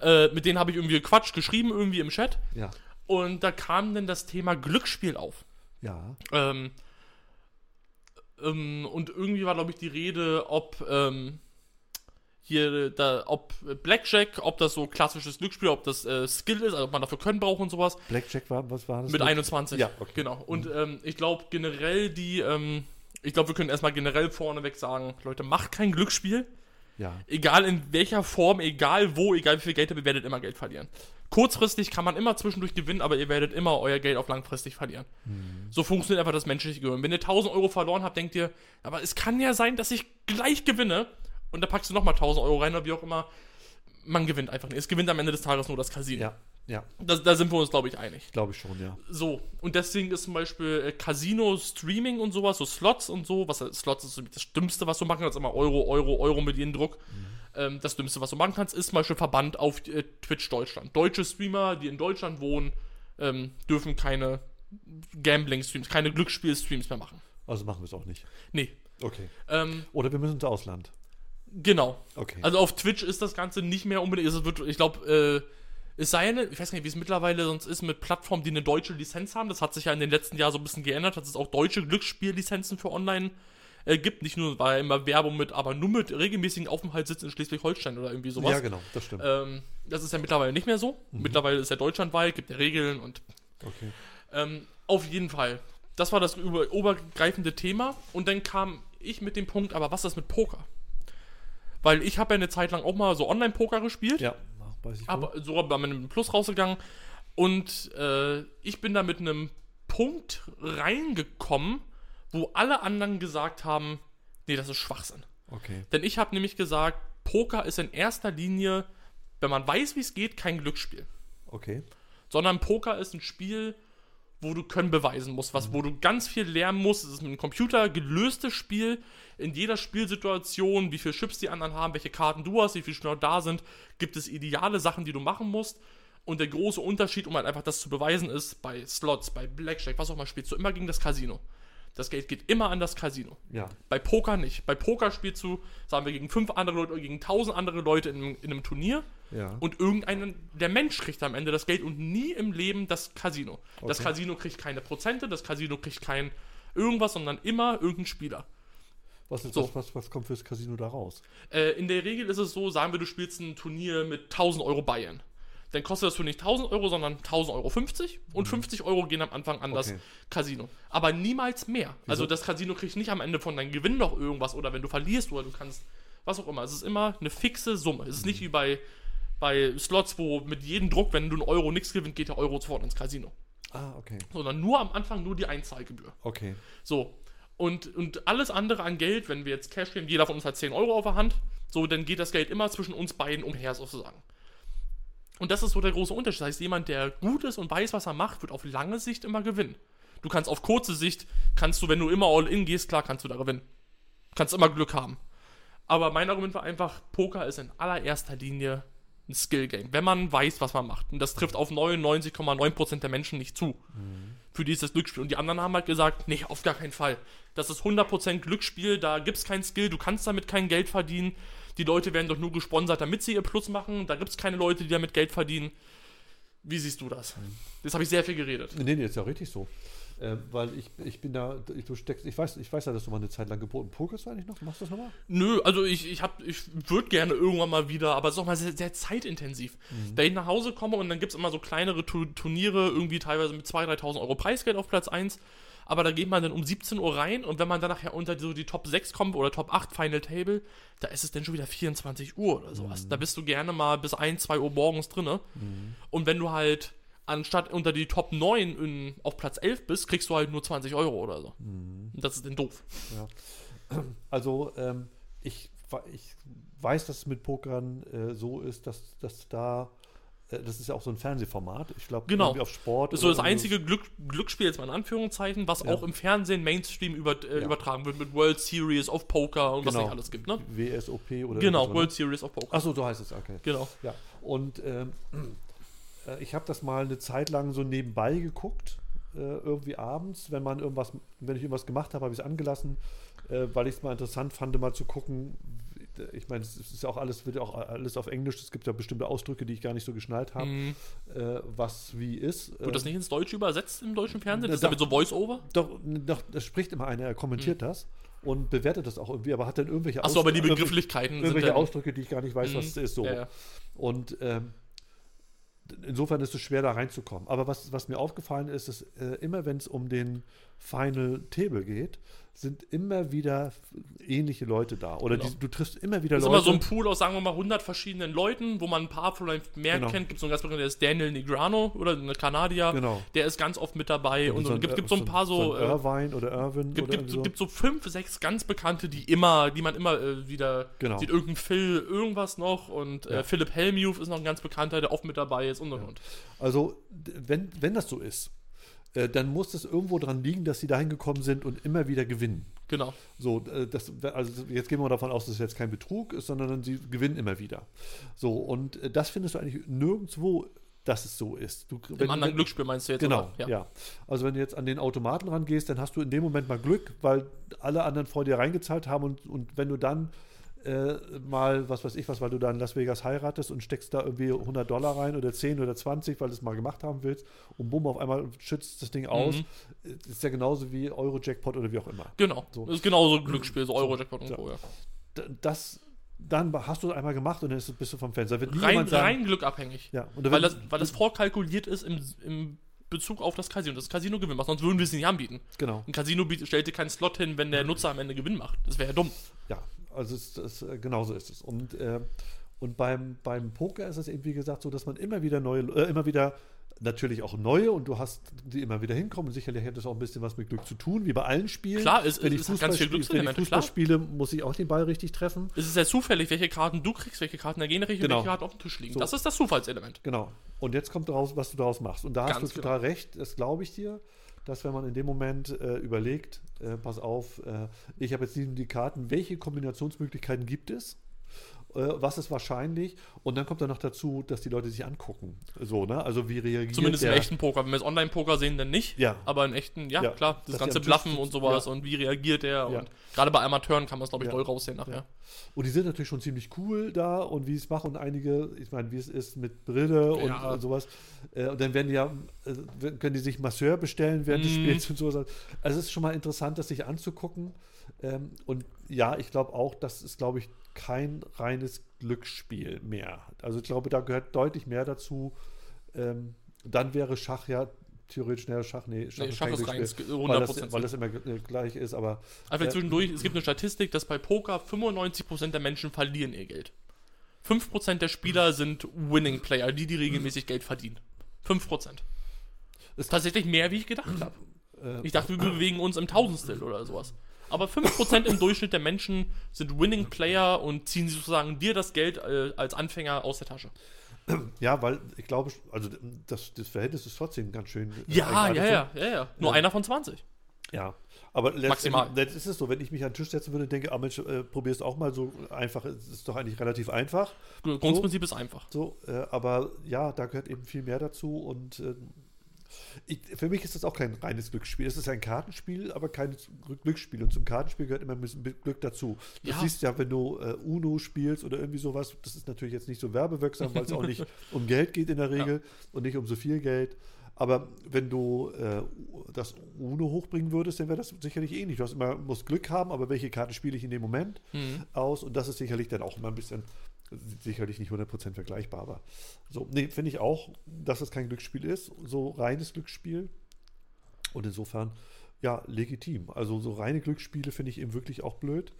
B: Äh, mit denen habe ich irgendwie Quatsch geschrieben, irgendwie im Chat.
A: Ja.
B: Und da kam dann das Thema Glücksspiel auf.
A: Ja.
B: Ähm, ähm, und irgendwie war, glaube ich, die Rede, ob ähm, hier, da, ob Blackjack, ob das so klassisches Glücksspiel, ob das äh, Skill ist, also ob man dafür Können braucht und sowas.
A: Blackjack war, was war das?
B: Mit 21.
A: Ja, okay. Mhm.
B: Genau. Und ähm, ich glaube generell die, ähm, ich glaube, wir können erstmal generell vorneweg sagen, Leute, macht kein Glücksspiel.
A: Ja.
B: Egal in welcher Form, egal wo, egal wie viel Geld ihr habt, ihr werdet immer Geld verlieren. Kurzfristig kann man immer zwischendurch gewinnen, aber ihr werdet immer euer Geld auf langfristig verlieren.
A: Mhm.
B: So funktioniert einfach das menschliche Gehirn. Wenn ihr 1000 Euro verloren habt, denkt ihr, aber es kann ja sein, dass ich gleich gewinne und da packst du nochmal 1000 Euro rein oder wie auch immer. Man gewinnt einfach nicht. Es gewinnt am Ende des Tages nur das Casino.
A: Ja. Ja.
B: Da, da sind wir uns, glaube ich, einig.
A: Glaube ich schon, ja.
B: So, und deswegen ist zum Beispiel äh, Casino, Streaming und sowas, so Slots und so, was äh, Slots ist das Dümmste, was du machen kannst, immer Euro, Euro, Euro mit jedem Druck. Ähm, das Dümmste, was du machen kannst, ist zum Beispiel Verband auf äh, Twitch Deutschland. Deutsche Streamer, die in Deutschland wohnen, ähm, dürfen keine Gambling-Streams, keine Glücksspiel-Streams mehr machen.
A: Also machen wir es auch nicht.
B: Nee.
A: Okay.
B: Ähm,
A: Oder wir müssen ins Ausland.
B: genau.
A: Okay.
B: Also auf Twitch ist das Ganze nicht mehr unbedingt. Es wird, ich glaube, äh, es sei denn, ich weiß gar nicht, wie es mittlerweile sonst ist mit Plattformen, die eine deutsche Lizenz haben. Das hat sich ja in den letzten Jahren so ein bisschen geändert, dass es auch deutsche Glücksspiellizenzen für online äh, gibt. Nicht nur, weil immer Werbung mit, aber nur mit regelmäßigen Aufenthaltssitz in Schleswig-Holstein oder irgendwie sowas.
A: ja, genau, Mhm. das stimmt.
B: ähm, das ist ja mittlerweile nicht mehr so. Mittlerweile ist ja deutschlandweit, gibt ja Regeln und
A: okay.
B: ähm, auf jeden Fall. Das war das über, obergreifende Thema. Und dann kam ich mit dem Punkt, aber was ist mit Poker? Weil ich habe ja eine Zeit lang auch mal so Online-Poker gespielt,
A: Ja, weiß ich wohl.
B: aber sogar bei meinem Plus rausgegangen. Und äh, ich bin da mit einem Punkt reingekommen, wo alle anderen gesagt haben, nee, das ist Schwachsinn.
A: Okay.
B: Denn ich habe nämlich gesagt, Poker ist in erster Linie, wenn man weiß, wie es geht, kein Glücksspiel
A: Okay.
B: sondern Poker ist ein Spiel, wo du Können beweisen musst, was, wo du ganz viel lernen musst. Es ist mit einem Computer gelöstes Spiel. In jeder Spielsituation, wie viele Chips die anderen haben, welche Karten du hast, wie viele Schnorr da sind, gibt es ideale Sachen, die du machen musst. Und der große Unterschied, um halt einfach das zu beweisen, ist bei Slots, bei Blackjack, was auch immer, spielst du immer gegen das Casino. Das Geld geht immer an das Casino.
A: Ja.
B: Bei Poker nicht. Bei Poker spielst du, sagen wir, gegen fünf andere Leute oder gegen tausend andere Leute in, einem- in einem Turnier.
A: Ja.
B: Und irgendeinen, der Mensch kriegt am Ende das Geld und nie im Leben das Casino. Das
A: Okay.
B: Casino kriegt keine Prozente, das Casino kriegt kein irgendwas, sondern immer irgendein Spieler.
A: was, ist,
B: so.
A: was, was, was kommt fürs Casino da raus?
B: Äh, in der Regel ist es so, sagen wir, du spielst ein Turnier mit 1000 Euro Bayern. Dann kostet das für nicht 1000 Euro, sondern 1000 Euro 50 und 50 Euro gehen am Anfang an das
A: Okay.
B: Casino. Aber niemals mehr. Also das Casino kriegt nicht am Ende von deinem Gewinn noch irgendwas oder wenn du verlierst oder du kannst, was auch immer. Es ist immer eine fixe Summe. Es ist nicht wie bei, bei Slots, wo mit jedem Druck, wenn du einen Euro nichts gewinnt, geht der Euro sofort ins Casino.
A: Ah, okay.
B: Sondern nur am Anfang nur die Einzahlgebühr.
A: Okay.
B: So. Und, und alles andere an Geld, wenn wir jetzt Cash geben, jeder von uns hat 10 Euro auf der Hand, so, dann geht das Geld immer zwischen uns beiden umher, sozusagen. Und das ist so der große Unterschied. Das heißt, jemand, der gut ist und weiß, was er macht, wird auf lange Sicht immer gewinnen. Du kannst auf kurze Sicht, kannst du, wenn du immer all in gehst, klar kannst du da gewinnen. Kannst immer Glück haben. Aber mein Argument war einfach, Poker ist in allererster Linie ein Skill-Game, wenn man weiß, was man macht. Und das trifft auf 99,9% der Menschen nicht zu für die ist das Glücksspiel. Und die anderen haben halt gesagt, nee, auf gar keinen Fall. Das ist 100% Glücksspiel, da gibt's kein Skill, du kannst damit kein Geld verdienen. Die Leute werden doch nur gesponsert, damit sie ihr Plus machen. Da gibt's keine Leute, die damit Geld verdienen. Wie siehst du das? Jetzt habe ich sehr viel geredet.
A: Nee, nee, ist ja richtig so. Ähm, weil ich, ich bin da, ich, du steckst, ich weiß, ich weiß ja, dass du mal eine Zeit lang geboten pokerst eigentlich noch. Machst du das nochmal?
B: Nö, also ich, ich, hab- ich würde gerne irgendwann mal wieder, aber es ist auch mal sehr, sehr zeitintensiv. Wenn ich nach Hause komme und dann gibt es immer so kleinere Tu- Turniere, irgendwie teilweise mit 2.000, 3.000 Euro Preisgeld auf Platz 1. Aber da geht man dann um 17 Uhr rein und wenn man dann nachher unter so die Top 6 kommt oder Top 8 Final Table, da ist es dann schon wieder 24 Uhr oder sowas. Da bist du gerne mal bis 1, 2 Uhr morgens drinne. Und wenn du halt anstatt unter die Top 9 in, auf Platz 11 bist, kriegst du halt nur 20 Euro oder so. Und Das ist dann doof.
A: Ja. Also, ähm, ich, wa- ich weiß, dass es mit Pokern äh, so ist, dass, dass da, äh, das ist ja auch so ein Fernsehformat. Ich glaube,
B: Genau.
A: auf Sport.
B: Das ist so
A: oder
B: das
A: irgendwie-
B: einzige Glück, Glücksspiel, jetzt mal in Anführungszeichen, was auch im Fernsehen Mainstream über, äh,
A: Ja.
B: übertragen wird mit World Series of Poker und was
A: Genau.
B: nicht alles gibt, ne?
A: WSOP oder
B: Genau,
A: irgendwas,
B: World
A: ne?
B: Series of Poker.
A: Achso, so heißt es, okay.
B: Genau.
A: Ja, und ähm, Äh, Ich habe das mal eine Zeit lang so nebenbei geguckt, äh, irgendwie abends, wenn man irgendwas, wenn ich irgendwas gemacht habe, habe ich es angelassen, äh, weil ich es mal interessant fand, mal zu gucken. Ich meine, es ist ja auch alles, wird ja auch alles auf Englisch, es gibt ja bestimmte Ausdrücke, die ich gar nicht so geschnallt habe,
B: Mhm.
A: äh, was wie ist.
B: Wird das
A: Ähm,
B: nicht ins Deutsche übersetzt im deutschen Fernsehen?
A: Na,
B: Das ist damit
A: doch.
B: so Voice-Over?
A: Doch, doch, es spricht immer einer, er kommentiert das und bewertet das auch irgendwie, aber hat dann irgendwelche
B: Achso, Mhm. aber die
A: Ausdrücke-
B: Begrifflichkeiten sind
A: also irgendwelche
B: dann,
A: Ausdrücke, die ich gar nicht weiß,
B: Mhm.
A: was es ist. So.
B: Ja, ja.
A: Und ähm, insofern ist es schwer, da reinzukommen. Aber was, was mir aufgefallen ist, ist, äh, immer wenn es um den Final Table geht, sind immer wieder f- ähnliche Leute da. Oder
B: Genau.
A: die, du triffst immer wieder
B: Das ist
A: Leute.
B: immer so ein Pool aus, sagen wir mal, 100 verschiedenen Leuten, wo man ein paar vielleicht mehr
A: Genau.
B: kennt. Gibt so einen ganz bekannten, der ist Daniel Negrano oder ein Kanadier.
A: Genau.
B: Der ist ganz oft mit dabei. Und, so, gibt, gibt so ein paar so. äh,
A: Irvine oder Irvin
B: gibt,
A: oder
B: gibt,
A: irgendwie so.
B: gibt so fünf, sechs ganz bekannte, die immer, die man immer äh, wieder
A: Genau.
B: sieht. Irgendein Phil, irgendwas noch und
A: Ja.
B: äh, Philipp Helmuth ist noch ein ganz bekannter, der oft mit dabei ist und und und.
A: Also, d- wenn, wenn das so ist, äh, dann muss es irgendwo dran liegen, dass sie dahin gekommen sind und immer wieder gewinnen.
B: Genau.
A: So, äh, das, also jetzt gehen wir davon aus, dass es jetzt kein Betrug ist, sondern sie gewinnen immer wieder. So, und äh, das findest du eigentlich nirgendwo, dass es so ist. Du,
B: Im anderen Glücksspiel meinst du jetzt?
A: Genau,
B: oder?
A: ja.
B: Ja.
A: Also wenn du jetzt an den Automaten rangehst, dann hast du in dem Moment mal Glück, weil alle anderen vor dir reingezahlt haben und, und wenn du dann äh, mal, was weiß ich was, weil du da in Las Vegas heiratest und steckst da irgendwie 100 Dollar rein oder 10 oder 20, weil du es mal gemacht haben willst und bumm, auf einmal schützt das Ding aus.
B: Mhm.
A: Äh, Ist ja genauso wie Euro-Jackpot oder wie auch immer.
B: Genau.
A: So.
B: Das ist genauso ein Glücksspiel, so Eurojackpot und
A: Ja.
B: Co. Ja.
A: D- das, dann hast du es einmal gemacht und dann ist es bist du vom Fenster. Wird
B: Rein,
A: niemand sagen,
B: rein glückabhängig.
A: Ja, und da
B: weil,
A: wird-
B: das, weil das vorkalkuliert ist im, im Bezug auf das Casino. Das Casino Gewinn macht, sonst würden wir es nicht anbieten.
A: Genau,
B: Ein Casino biet, stellt dir keinen Slot hin, wenn der Nutzer am Ende Gewinn macht. Das wäre ja dumm.
A: ja, also es, es, äh, genau so ist es. Und, äh, und beim, beim Poker ist es eben, wie gesagt, so, dass man immer wieder neue, äh, immer wieder natürlich auch neue und du hast die immer wieder hinkommen. Sicherlich hat das auch ein bisschen was mit Glück zu tun, wie bei allen Spielen.
B: Klar, es-
A: wenn ich
B: es hat
A: Fußball,
B: ganz viel
A: spiele- wenn ich
B: Glückselemente,
A: Fußball
B: klar.
A: spiele, muss ich auch den Ball richtig treffen.
B: Es ist ja zufällig, welche Karten du kriegst, welche Karten der Gegner kriegt
A: Genau.
B: und welche Karten auf dem Tisch liegen.
A: So.
B: Das ist das Zufallselement.
A: Genau. Und jetzt kommt daraus, was du daraus machst. Und da hast
B: Ganz genau.
A: du total recht, das glaube ich dir, dass wenn man in dem Moment äh, überlegt, äh, pass auf, äh, ich habe jetzt die, die Karten, welche Kombinationsmöglichkeiten gibt es? Äh, Was ist wahrscheinlich? Und dann kommt dann noch dazu, dass die Leute sich angucken. So, ne? Also wie reagiert
B: Zumindest
A: der?
B: im echten Poker. Wenn wir jetzt Online-Poker sehen, dann nicht.
A: Ja.
B: Aber im echten, ja,
A: Ja.
B: klar.
A: Dass
B: Das
A: die
B: ganze
A: am Tisch
B: Bluffen
A: sitzen,
B: und sowas
A: ja.
B: und wie reagiert der.
A: Ja.
B: Und gerade bei Amateuren kann man es, glaube ich,
A: Ja.
B: doll raussehen nachher.
A: Und die sind natürlich schon ziemlich cool da und wie ich es mache und einige, ich meine, wie es ist mit Brille und,
B: Ja.
A: und sowas. Äh, und dann werden die ja, äh, können die sich Masseur bestellen während des
B: Mm.
A: Spiels und sowas. Also es ist schon mal interessant, das sich anzugucken. Ähm, und ja, ich glaube auch, das ist, glaube ich, kein reines Glücksspiel mehr. Also ich glaube, da gehört deutlich mehr dazu. Ähm, dann wäre Schach ja theoretisch, ne, Schach, nee, Schach,
B: Nee,
A: ist
B: Schach
A: kein
B: ist rein,
A: Glücksspiel,
B: es- 100%
A: weil, das, weil das immer äh, gleich ist, aber
B: Einfach
A: Ja.
B: zwischendurch, es gibt eine Statistik, dass bei Poker 95% der Menschen verlieren ihr Geld. 5% der Spieler sind Winning Player, die, die regelmäßig Geld verdienen. 5%. Das ist tatsächlich mehr, wie ich gedacht habe.
A: äh,
B: Ich dachte, wir bewegen uns im Tausendstel oder sowas. Aber 5% im Durchschnitt der Menschen sind Winning Player und ziehen sozusagen dir das Geld äh, als Anfänger aus der Tasche.
A: Ja, weil ich glaube, also das, das Verhältnis ist trotzdem ganz schön. äh,
B: Ja,
A: eigenartig.
B: ja, ja, ja, ja. Nur
A: Ja.
B: einer von 20.
A: Ja, aber letztendlich-
B: Maximal.
A: Letzt ist es so, wenn ich mich an den Tisch setzen würde und denke, ah Mensch, äh, probier's auch mal so einfach, es ist doch eigentlich relativ einfach.
B: Gr- Grundprinzip ist einfach.
A: So, äh, aber ja, da gehört eben viel mehr dazu und äh, ich, für mich ist das auch kein reines Glücksspiel. Es ist ein Kartenspiel, aber kein Glück- Glücksspiel. Und zum Kartenspiel gehört immer ein bisschen Glück dazu. Das
B: Ja.
A: siehst du ja, wenn du äh, Uno spielst oder irgendwie sowas. Das ist natürlich jetzt nicht so werbewirksam, weil es auch
B: [laughs]
A: nicht um Geld geht in der Regel und nicht um so viel Geld. Aber wenn du äh, das Uno hochbringen würdest, dann wäre das sicherlich ähnlich. Du hast immer, musst Glück haben, aber welche Karte spiele ich in dem Moment?
B: Mhm.
A: aus und das ist sicherlich dann auch immer ein bisschen, sicherlich nicht 100% vergleichbar, aber so, nee, finde ich auch, dass es kein Glücksspiel ist, so reines Glücksspiel und insofern, ja, legitim. Also so reine Glücksspiele finde ich eben wirklich auch blöd.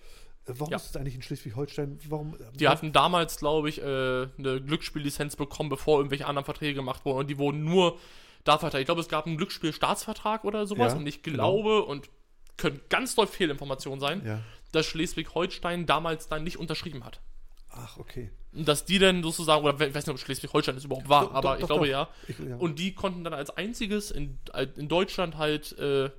A: Äh, Warum
B: Ja.
A: ist es eigentlich in Schleswig-Holstein, warum? äh,
B: Die hatten damals, glaube ich, äh, eine Glücksspiellizenz bekommen, bevor irgendwelche anderen Verträge gemacht wurden. Und die wurden nur da verteilt. Ich glaube, es gab einen Glücksspielstaatsvertrag oder sowas.
A: Ja,
B: und ich
A: genau.
B: glaube, und können ganz doll Fehlinformationen sein,
A: ja.
B: dass Schleswig-Holstein damals dann nicht unterschrieben hat.
A: Ach, okay.
B: Und dass die dann sozusagen, oder ich weiß nicht, ob Schleswig-Holstein das überhaupt war,
A: Doch,
B: aber
A: doch,
B: ich
A: doch,
B: glaube
A: doch.
B: ja.
A: Ich, ja.
B: Und die konnten dann als einziges in, in Deutschland halt äh,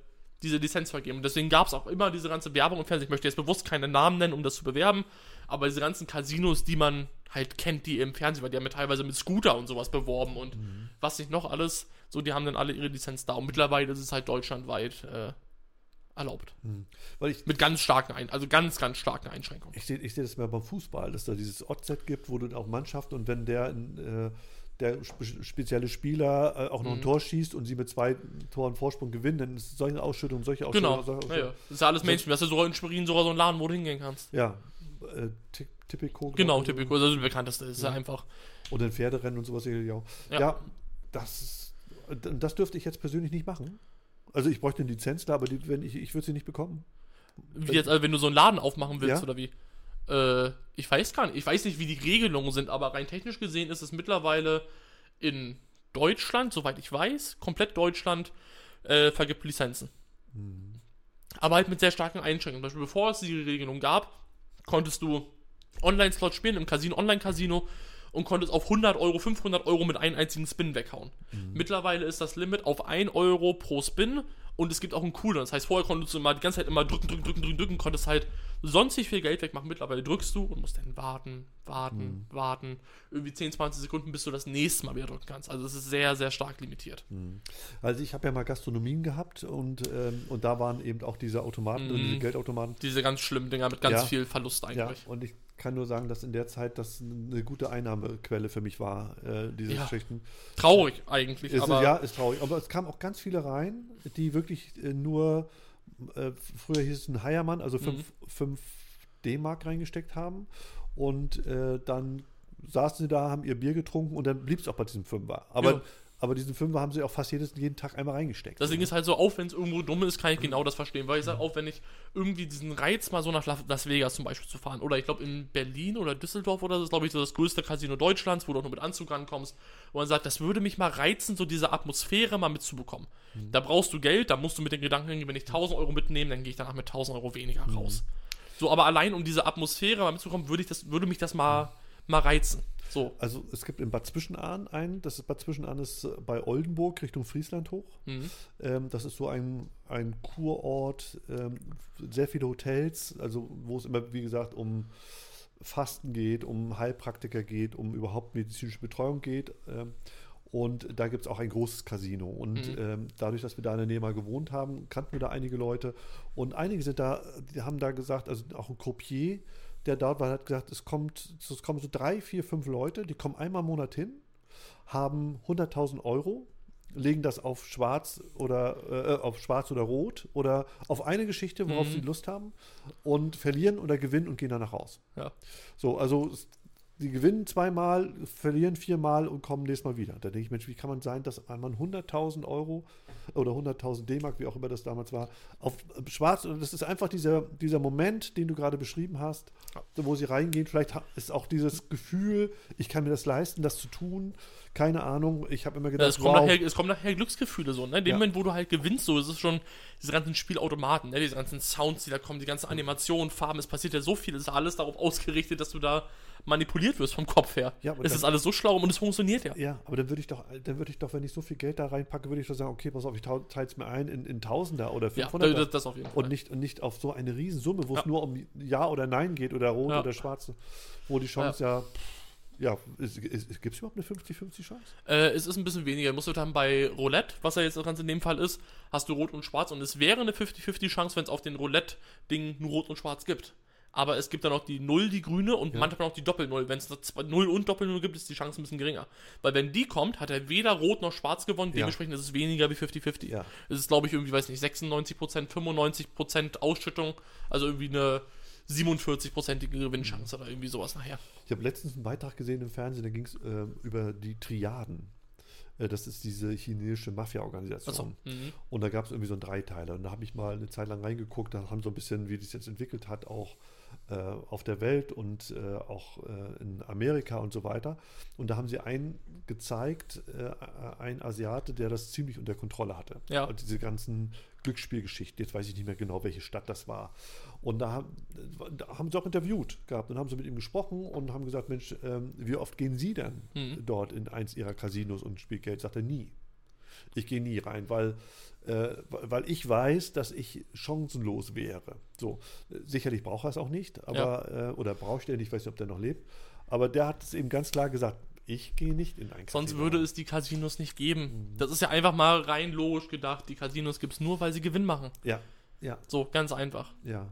B: diese Lizenz vergeben. Und deswegen gab es auch immer diese ganze Werbung im Fernsehen. Ich möchte jetzt bewusst keine Namen nennen, um das zu bewerben, aber diese ganzen Casinos, die man halt kennt, die im Fernsehen, weil die haben ja teilweise mit Scooter und sowas beworben und
A: Mhm.
B: was nicht noch alles. So, die haben dann alle ihre Lizenz da und mittlerweile ist es halt deutschlandweit äh, erlaubt.
A: Weil ich,
B: Mit ganz starken, Ein also ganz, ganz starken Einschränkungen.
A: ich sehe ich seh das mehr beim Fußball, dass da dieses Oddset gibt, wo du auch Mannschaft und wenn der, in, äh, der spe spezielle Spieler äh, auch noch
B: Mhm.
A: ein Tor schießt und sie mit zwei Toren Vorsprung gewinnen, dann ist solche Ausschüttung, solche Ausschüttung.
B: Genau.
A: Solche
B: Ja, ja. Das ist ja alles Mainstream. Das ist ja sogar in Schwerin sogar so ein Laden, wo du hingehen kannst.
A: ja. Äh, Ti- Tipico. glaub
B: Genau,
A: ich.
B: Typico, das ist das bekannteste. Das ist ja einfach.
A: Und dann Pferderennen und sowas sicherlich auch.
B: Ja.
A: Ja, das ist, und das dürfte ich jetzt persönlich nicht machen. Also ich bräuchte eine Lizenz, klar, aber die, wenn ich, ich würde sie nicht bekommen.
B: Wie jetzt, also wenn du so einen Laden aufmachen willst
A: Ja.
B: oder wie? Äh, ich weiß gar nicht. Ich weiß nicht, wie die Regelungen sind, aber rein technisch gesehen ist es mittlerweile in Deutschland, soweit ich weiß, komplett Deutschland, äh, vergibt Lizenzen.
A: Hm.
B: Aber halt mit sehr starken Einschränkungen. Zum Beispiel, bevor es die Regelung gab, konntest du Online-Slot spielen im Casino, Online-Casino und konntest auf 100 Euro, 500 Euro mit einem einzigen Spin weghauen.
A: Mhm.
B: Mittlerweile ist das Limit auf 1 Euro pro Spin und es gibt auch einen Cooldown. Das heißt, vorher konntest du immer die ganze Zeit immer drücken, drücken, drücken, drücken, drücken, konntest halt sonst nicht viel Geld wegmachen. Mittlerweile drückst du und musst dann warten,
A: Mhm.
B: warten, warten. Irgendwie 10, 20 Sekunden, bis du das nächste Mal wieder drücken kannst. Also es ist sehr, sehr stark limitiert.
A: Also ich habe ja mal Gastronomien gehabt und, ähm, und da waren eben auch diese Automaten und
B: Mhm.
A: diese Geldautomaten.
B: Diese ganz schlimmen Dinger mit ganz
A: Ja.
B: viel Verlust eigentlich.
A: Ja, und ich kann nur sagen, dass in der Zeit das eine gute Einnahmequelle für mich war, äh, diese
B: Ja.
A: Geschichten.
B: Traurig eigentlich,
A: Ist,
B: aber
A: ja, ist traurig. Aber es kamen auch ganz viele rein, die wirklich äh, nur, äh, früher hieß es ein Heiermann, also 5
B: Mhm.
A: D-Mark reingesteckt haben. Und äh, dann saßen sie da, haben ihr Bier getrunken und dann blieb es auch bei diesem Fünfer. Aber,
B: Ja.
A: aber diesen Fünfer haben sie auch fast jedes, jeden Tag einmal reingesteckt.
B: Das Ding ist halt so, auch wenn es irgendwo dumm ist, kann ich genau das verstehen. Weil ich sage, auch wenn ich irgendwie diesen Reiz mal so nach La- Las Vegas zum Beispiel zu fahren, oder ich glaube in Berlin oder Düsseldorf oder so, ist glaube ich so das größte Casino Deutschlands, wo du auch nur mit Anzug rankommst, wo man sagt, das würde mich mal reizen, so diese Atmosphäre mal mitzubekommen. Da brauchst du Geld, da musst du mit den Gedanken hingehen, wenn ich 1000 Euro mitnehme, dann gehe ich danach mit 1000 Euro weniger raus. So, aber allein um diese Atmosphäre mal mitzubekommen, würde, ich das, würde mich das mal, mal reizen. So.
A: Also es gibt in Bad Zwischenahn einen, das ist Bad Zwischenahn ist äh, bei Oldenburg Richtung Friesland hoch.
B: Mhm.
A: Ähm, das ist so ein, ein Kurort, ähm, sehr viele Hotels, also wo es immer, wie gesagt, um Fasten geht, um Heilpraktiker geht, um überhaupt medizinische Betreuung geht. Ähm, und da gibt es auch ein großes Casino. Und
B: Mhm.
A: ähm, dadurch, dass wir da in der Nähe mal gewohnt haben, kannten wir da einige Leute. Und einige sind da, die haben da gesagt, also auch ein Croupier, der dort war, hat gesagt, es, kommt, es kommen so drei, vier, fünf Leute, die kommen einmal im Monat hin, haben 100.000 Euro, legen das auf schwarz oder äh, auf schwarz oder rot oder auf eine Geschichte, worauf
B: Mhm.
A: sie Lust haben und verlieren oder gewinnen und gehen danach raus.
B: Ja.
A: So, also es- die gewinnen zweimal, verlieren viermal und kommen nächstes Mal wieder. Da denke ich, Mensch, wie kann man sein, dass man 100.000 Euro oder 100.000 D-Mark, wie auch immer das damals war, auf äh, schwarz, und das ist einfach dieser, dieser Moment, den du gerade beschrieben hast, wo sie reingehen. Vielleicht ha- ist auch dieses Gefühl, ich kann mir das leisten, das zu tun. Keine Ahnung, ich habe immer
B: Ja,
A: gedacht,
B: es, kommen
A: wow,
B: nachher, es kommen nachher Glücksgefühle so, ne? In dem
A: Ja.
B: Moment, wo du halt gewinnst, so, es ist schon diese ganzen Spielautomaten, ne? Diese ganzen Sounds, die da kommen, die ganzen Animationen, Farben, es passiert ja so viel, es ist alles darauf ausgerichtet, dass du da manipuliert wirst vom Kopf her.
A: Ja, aber
B: es
A: dann-
B: ist alles so schlau und es funktioniert ja.
A: Ja, aber dann würde ich doch, dann würde ich doch, wenn ich so viel Geld da reinpacke, würde ich doch sagen, okay, pass auf, ich teile es mir ein in, in Tausender oder
B: Ja,
A: 500
B: das, das auf jeden Fall.
A: und nicht und nicht auf so eine Riesensumme, wo
B: Ja.
A: es nur um Ja oder Nein geht oder Rot
B: Ja.
A: oder Schwarz, wo die Chance ja, ja, ist, ist, gibt es überhaupt eine 50-50 Chance?
B: Äh, es ist ein bisschen weniger. Du musst dann bei Roulette, was ja jetzt ganz in dem Fall ist, hast du Rot und Schwarz und es wäre eine 50-50 Chance, wenn es auf den Roulette-Ding nur Rot und Schwarz gibt. Aber es gibt dann auch die Null, die grüne und manchmal auch die Doppel-Null. Wenn es da zwei- Null und Doppel-Null gibt, ist die Chance ein bisschen geringer. Weil wenn die kommt, hat er weder Rot noch Schwarz gewonnen,
A: Ja.
B: dementsprechend ist es weniger wie 50-50.
A: Ja.
B: Es ist, glaube ich, irgendwie, weiß nicht, 96%, 95% Ausschüttung, also irgendwie eine 47%ige
A: Mhm.
B: Gewinnchance oder irgendwie sowas nachher.
A: Ich habe letztens einen Beitrag gesehen im Fernsehen, da ging es ähm, über die Triaden. Äh, Das ist diese chinesische Mafia-Organisation.
B: Achso. Mhm.
A: Und da gab es irgendwie so einen Dreiteiler. Und da habe ich mal eine Zeit lang reingeguckt, da haben so ein bisschen, wie das jetzt entwickelt hat, auch äh, auf der Welt und äh, auch äh, in Amerika und so weiter. Und da haben sie einen gezeigt, äh, ein Asiate, der das ziemlich unter Kontrolle hatte.
B: Ja.
A: Und diese ganzen Glücksspielgeschichten, jetzt weiß ich nicht mehr genau, welche Stadt das war. Und da haben, da haben sie auch interviewt gehabt und haben sie mit ihm gesprochen und haben gesagt, Mensch, ähm, wie oft gehen Sie denn
B: Mhm.
A: dort in eins Ihrer Casinos und spielt Geld? Sagt er, nie. Ich gehe nie rein, weil, äh, weil ich weiß, dass ich chancenlos wäre. So, sicherlich braucht er es auch nicht, aber äh, oder braucht er nicht, ich weiß nicht, ob der noch lebt. Aber der hat es eben ganz klar gesagt, ich gehe nicht in ein
B: Sonst würde es die Casinos nicht geben.
A: Mhm.
B: Das ist ja einfach mal rein logisch gedacht. Die Casinos gibt es nur, weil sie Gewinn machen.
A: Ja, ja,
B: So, ganz einfach.
A: ja.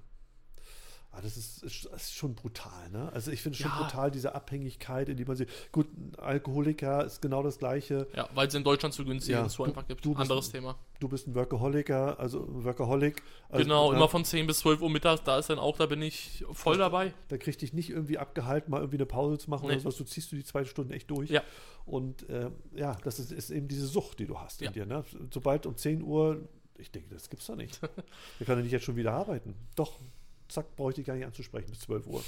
A: Ah, das, ist, ist- das ist schon brutal, ne? Also ich finde schon
B: Ja.
A: brutal diese Abhängigkeit, in die man sich. Gut, ein Alkoholiker ist genau das gleiche.
B: Ja, weil es in Deutschland zu günstig
A: Ja,
B: ist, so
A: du-
B: einfach gibt.
A: du bist-
B: Anderes Thema.
A: Du bist ein Workaholiker, also ein Workaholic. Also,
B: genau,
A: ne?
B: immer von 10 bis 12 Uhr mittags, da ist dann auch, da bin ich voll dabei.
A: Da kriegt dich nicht irgendwie abgehalten, mal irgendwie eine Pause zu machen
B: Nee.
A: oder sowas. Du ziehst du die zwei Stunden echt durch.
B: Ja.
A: Und äh, ja, das ist, ist eben diese Sucht, die du hast in
B: Ja.
A: dir. Ne? Sobald um 10 Uhr, ich denke, das gibt's doch
B: [laughs]
A: nicht. Da kann er nicht jetzt schon wieder arbeiten. Doch, zack, brauche ich dich gar nicht anzusprechen bis 12 Uhr.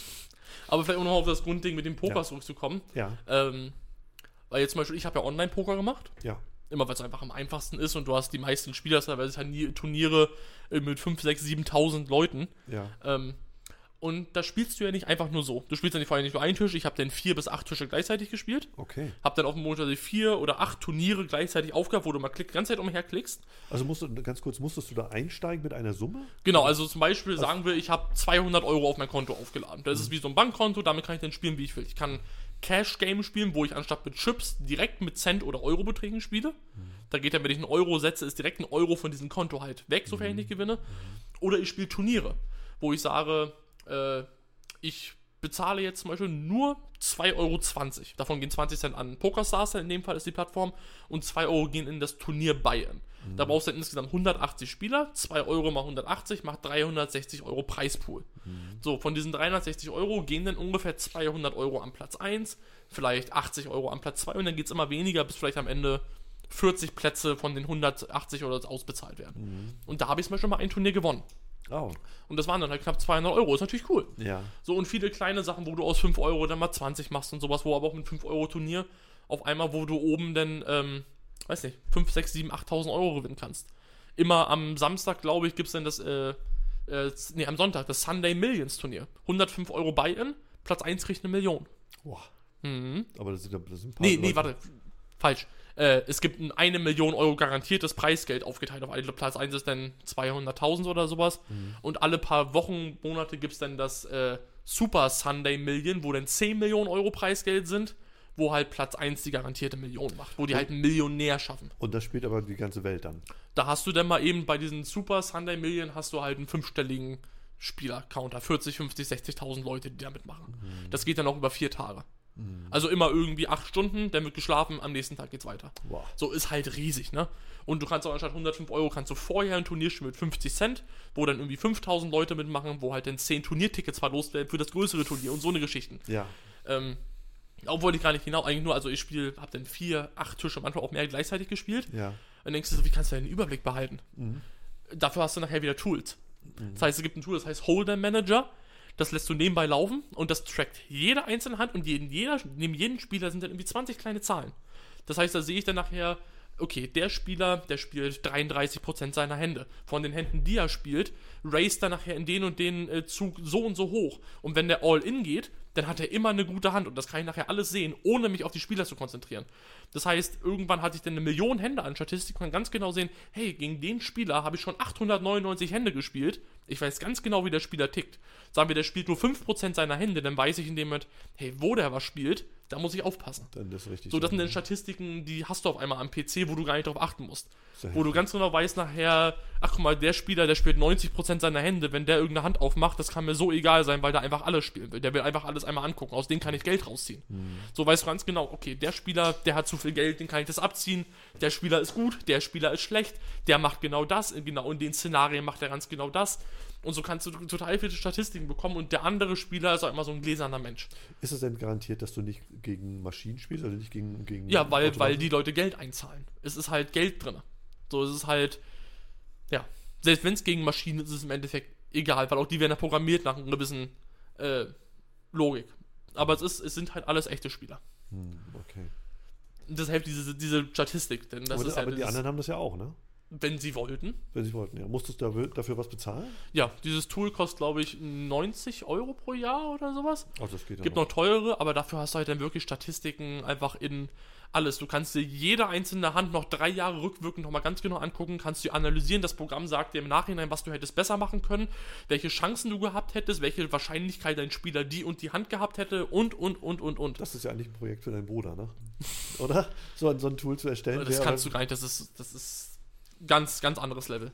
B: Aber vielleicht auch noch auf das Grundding mit dem Poker
A: Ja.
B: zurückzukommen.
A: Ja,
B: Ähm, weil jetzt zum Beispiel, ich habe ja Online-Poker gemacht.
A: ja,
B: Immer weil es einfach am einfachsten ist und du hast die meisten Spieler, weil es halt nie Turniere äh, mit 5, 6, 7.000 Leuten.
A: ja,
B: Ähm, und da spielst du ja nicht einfach nur so. Du spielst dann vor allem nicht nur einen Tisch. Ich habe dann vier bis acht Tische gleichzeitig gespielt.
A: okay.
B: Habe dann auf dem Monitor die vier oder acht Turniere gleichzeitig aufgehabt, wo du mal klick, die ganze Zeit umherklickst.
A: Also musst du, ganz kurz, musstest du da einsteigen mit einer Summe?
B: Genau, also zum Beispiel sagen wir, ich habe 200 Euro auf mein Konto aufgeladen. Das ist wie so ein Bankkonto, damit kann ich dann spielen, wie ich will. Ich kann Cash-Game spielen, wo ich anstatt mit Chips direkt mit Cent- oder Euro-Beträgen spiele. Da geht dann, wenn ich einen Euro setze, ist direkt ein Euro von diesem Konto halt weg, sofern ich nicht gewinne. Oder ich spiele Turniere, wo ich sage, äh, ich bezahle jetzt zum Beispiel nur 2,20 Euro. Davon gehen 20 Cent an PokerStars, in dem Fall ist die Plattform, und 2 Euro gehen in das Turnier Bayern. Da brauchst du dann insgesamt 180 Spieler, 2 Euro mal 180 macht 360 Euro Preispool. So, von diesen 360 Euro gehen dann ungefähr 200 Euro an Platz 1, vielleicht 80 Euro an Platz 2 und dann geht es immer weniger, bis vielleicht am Ende 40 Plätze von den 180 oder so ausbezahlt werden. Und da habe ich zum Beispiel mal ein Turnier gewonnen.
A: Oh,
B: Und das waren dann halt knapp 200 Euro, ist natürlich cool.
A: ja.
B: So und viele kleine Sachen, wo du aus 5 Euro dann mal 20 machst und sowas, wo aber auch mit 5 Euro Turnier auf einmal, wo du oben dann, ähm, weiß nicht, 5, 6, 7, 8.000 Euro gewinnen kannst. Immer am Samstag, glaube ich, gibt es dann das, äh, äh, nee, am Sonntag, das Sunday Millions Turnier. 105 Euro Buy-In, Platz 1 kriegt eine Million.
A: Boah.
B: Mhm.
A: Aber das sind, das sind ein paar
B: Nee, nee,
A: Leute.
B: warte, falsch. Äh, es gibt ein 1 Million Euro garantiertes Preisgeld aufgeteilt auf alle. Platz 1 ist dann 200.000 oder sowas.
A: Mhm.
B: Und alle paar Wochen, Monate gibt es dann das äh, Super Sunday Million, wo dann 10 Millionen Euro Preisgeld sind, wo halt Platz 1 die garantierte Million macht, wo die halt einen Millionär schaffen.
A: Und das spielt aber die ganze Welt dann.
B: Da hast du dann mal eben bei diesen Super Sunday Million hast du halt einen fünfstelligen Spieler-Counter. 40, 50, 60.000 Leute, die da mitmachen. Das geht dann auch über vier Tage. Also immer irgendwie acht Stunden, dann wird geschlafen, am nächsten Tag geht's weiter.
A: Boah.
B: So ist halt riesig, ne? Und du kannst auch anstatt 105 Euro kannst du vorher ein Turnier spielen mit 50 Cent, wo dann irgendwie 5000 Leute mitmachen, wo halt dann 10 Turniertickets verlost werden für das größere Turnier und so eine Geschichten.
A: Ja.
B: Ähm, auch wollte ich gar nicht genau, eigentlich nur, also ich spiele, hab dann vier, acht Tische, manchmal auch mehr gleichzeitig gespielt.
A: Ja.
B: Dann denkst du so, wie kannst du denn den Überblick behalten? Dafür hast du nachher wieder Tools. Das heißt, es gibt ein Tool, das heißt Holder Manager. Das lässt du nebenbei laufen und das trackt jede einzelne Hand und jeden, jeder, neben jedem Spieler sind dann irgendwie 20 kleine Zahlen. Das heißt, da sehe ich dann nachher, okay, der Spieler, der spielt 33% seiner Hände. Von den Händen, die er spielt, raised er nachher in den und den äh, Zug so und so hoch. Und wenn der All-In geht, dann hat er immer eine gute Hand und das kann ich nachher alles sehen, ohne mich auf die Spieler zu konzentrieren. Das heißt, irgendwann hatte ich dann eine Million Hände an Statistik und kann ganz genau sehen, hey, gegen den Spieler habe ich schon 899 Hände gespielt. Ich weiß ganz genau, wie der Spieler tickt. Sagen wir, der spielt nur 5% seiner Hände, dann weiß ich in dem Moment, hey, wo der was spielt, da muss ich aufpassen.
A: Dann das ist richtig.
B: So, das sind dann Statistiken, die hast du auf einmal am PC, wo du gar nicht drauf achten musst.
A: Sehr
B: Wo du ganz genau weißt nachher, ach guck mal, der Spieler, der spielt 90% seiner Hände, wenn der irgendeine Hand aufmacht, das kann mir so egal sein, weil der einfach alles spielen will. Der will einfach alles einmal angucken, aus dem kann ich Geld rausziehen.
A: Hm.
B: So weißt du ganz genau, okay, der Spieler, der hat zu viel Geld, den kann ich das abziehen, der Spieler ist gut, der Spieler ist schlecht, der macht genau das, genau in den Szenarien macht er ganz genau das. Und so kannst du total viele Statistiken bekommen und der andere Spieler ist auch immer so ein gläserner Mensch.
A: Ist es denn garantiert, dass du nicht gegen Maschinen spielst, also nicht gegen. gegen
B: Ja, weil, weil
A: Automaten?
B: die Leute Geld einzahlen. Es ist halt Geld drin. So, es ist halt, ja, selbst wenn es gegen Maschinen ist, ist es im Endeffekt egal, weil auch die werden ja programmiert nach einer gewissen äh, Logik. Aber es, ist, es sind halt alles echte Spieler.
A: Hm, okay.
B: Und deshalb diese, diese Statistik, denn das
A: aber
B: ist
A: aber
B: halt
A: die
B: dieses-
A: anderen haben das ja auch, ne?
B: wenn sie wollten.
A: Wenn sie wollten, ja. Musstest du dafür, dafür was bezahlen?
B: Ja, dieses Tool kostet, glaube ich, 90 Euro pro Jahr oder sowas.
A: Oh, das geht ja
B: Gibt noch teure, aber dafür hast du halt dann wirklich Statistiken einfach in alles. Du kannst dir jede einzelne Hand noch drei Jahre rückwirkend nochmal ganz genau angucken, kannst dir analysieren. Das Programm sagt dir im Nachhinein, was du hättest besser machen können, welche Chancen du gehabt hättest, welche Wahrscheinlichkeit dein Spieler die und die Hand gehabt hätte und, und, und, und, und.
A: Das ist ja eigentlich ein Projekt für deinen Bruder, ne? [laughs] Oder? So, ein- so ein Tool zu erstellen.
B: Das
A: wäre-
B: kannst du gar nicht, das ist, das ist ganz, ganz anderes Level.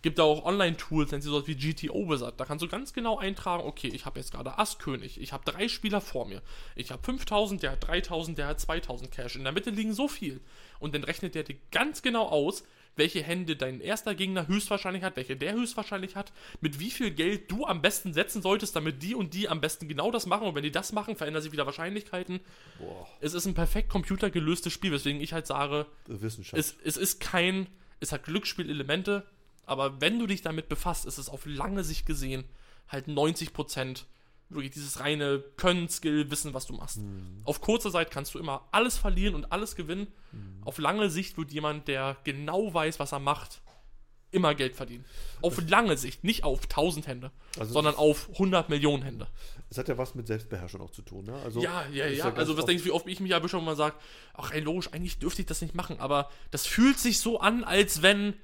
B: Gibt da auch Online-Tools, nennt sie sowas wie GTO besagt. Da kannst du ganz genau eintragen, okay, ich habe jetzt gerade Ass König, ich habe drei Spieler vor mir. Ich habe 5000, der hat 3000, der hat 2000 Cash. In der Mitte liegen so viel. Und dann rechnet der dir ganz genau aus, welche Hände dein erster Gegner höchstwahrscheinlich hat, welche der höchstwahrscheinlich hat, mit wie viel Geld du am besten setzen solltest, damit die und die am besten genau das machen. Und wenn die das machen, verändern sich wieder Wahrscheinlichkeiten.
A: Boah,
B: Es ist ein perfekt computergelöstes Spiel, weswegen ich halt sage,
A: Wissenschaft.
B: es, es ist kein, es hat Glücksspielelemente, aber wenn du dich damit befasst, ist es auf lange Sicht gesehen halt 90% wirklich dieses reine Können, Skill, Wissen, was du machst. Auf kurzer Zeit kannst du immer alles verlieren und alles gewinnen. Auf lange Sicht wird jemand, der genau weiß, was er macht, immer Geld verdienen. Auf lange Sicht, nicht auf 1000 Hände,
A: Also-
B: sondern auf 100 Millionen Hände.
A: es hat ja was mit Selbstbeherrschung auch zu tun, ne? Also,
B: Ja, ja,
A: ist
B: ja.
A: ganz
B: Also was
A: oft-
B: denkst du, wie oft ich mich erwische und mal sage, ach ey, logisch, eigentlich dürfte ich das nicht machen, aber das fühlt sich so an, als wenn.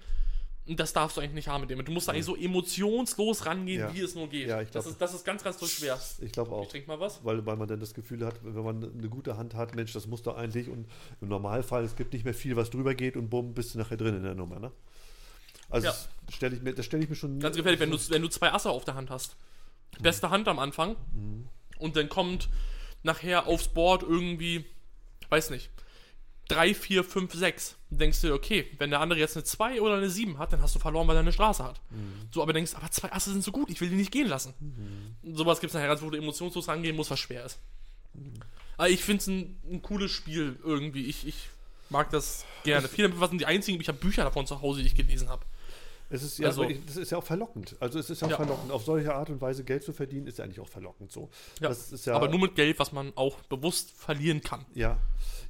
B: Und Das darfst du eigentlich nicht haben mit dem. Du musst da eigentlich so emotionslos rangehen,
A: Ja.
B: wie es nur geht.
A: Ja, ich
B: das,
A: glaub-
B: ist, das ist ganz, ganz so schwer.
A: Ich glaube auch.
B: Ich trink mal was.
A: weil, weil man dann das Gefühl hat, wenn man eine gute Hand hat, Mensch, das muss doch eigentlich und im Normalfall, es gibt nicht mehr viel, was drüber geht und bumm, bist du nachher drin in der Nummer, ne? Also
B: Ja.
A: das stelle ich mir, das stelle ich mir schon.
B: Ganz gefährlich, wenn du, wenn du zwei Asse auf der Hand hast. Beste Hand am Anfang. Und dann kommt nachher aufs Board irgendwie, weiß nicht, 3, 4, 5, 6. Denkst du, dir, okay, wenn der andere jetzt eine 2 oder eine 7 hat, dann hast du verloren, weil er eine Straße hat. So, aber denkst, aber zwei Asse sind so gut, ich will die nicht gehen lassen. Sowas gibt es nachher ganz, wo du emotionslos rangehen musst, was schwer ist. Aber ich finde es ein, ein cooles Spiel irgendwie. Ich, ich mag das gerne. Viele sind die einzigen, ich habe Bücher davon zu Hause, die ich gelesen habe.
A: Es ist ja,
B: Also-
A: aber ich- das ist ja auch verlockend. Also es ist ja auch
B: Ja.
A: verlockend. Auf solche Art und Weise Geld zu verdienen, ist ja eigentlich auch verlockend so.
B: Ja,
A: Das ist ja,
B: aber nur mit Geld, was man auch bewusst verlieren kann.
A: ja.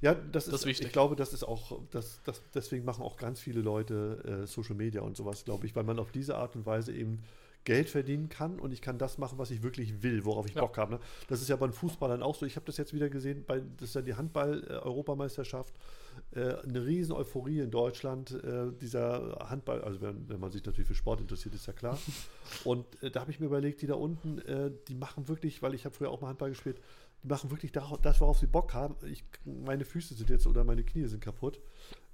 A: Ja, das ist,
B: ist wichtig.
A: ich glaube, das ist auch, das, das, deswegen machen auch ganz viele Leute äh, Social Media und sowas, glaube ich, weil man auf diese Art und Weise eben Geld verdienen kann und ich kann das machen, was ich wirklich will, worauf ich
B: Ja.
A: Bock habe. Ne? Das ist ja bei den Fußballern auch so. Ich habe das jetzt wieder gesehen, bei, das ist ja die Handball-Europameisterschaft. Äh, eine riesen Euphorie in Deutschland, äh, dieser Handball, also wenn, wenn man sich natürlich für Sport interessiert, ist ja klar. Und äh, da habe ich mir überlegt, die da unten, äh, die machen wirklich, weil ich habe früher auch mal Handball gespielt, die machen wirklich darauf- das, worauf sie Bock haben. Ich, meine Füße sind jetzt oder meine Knie sind kaputt.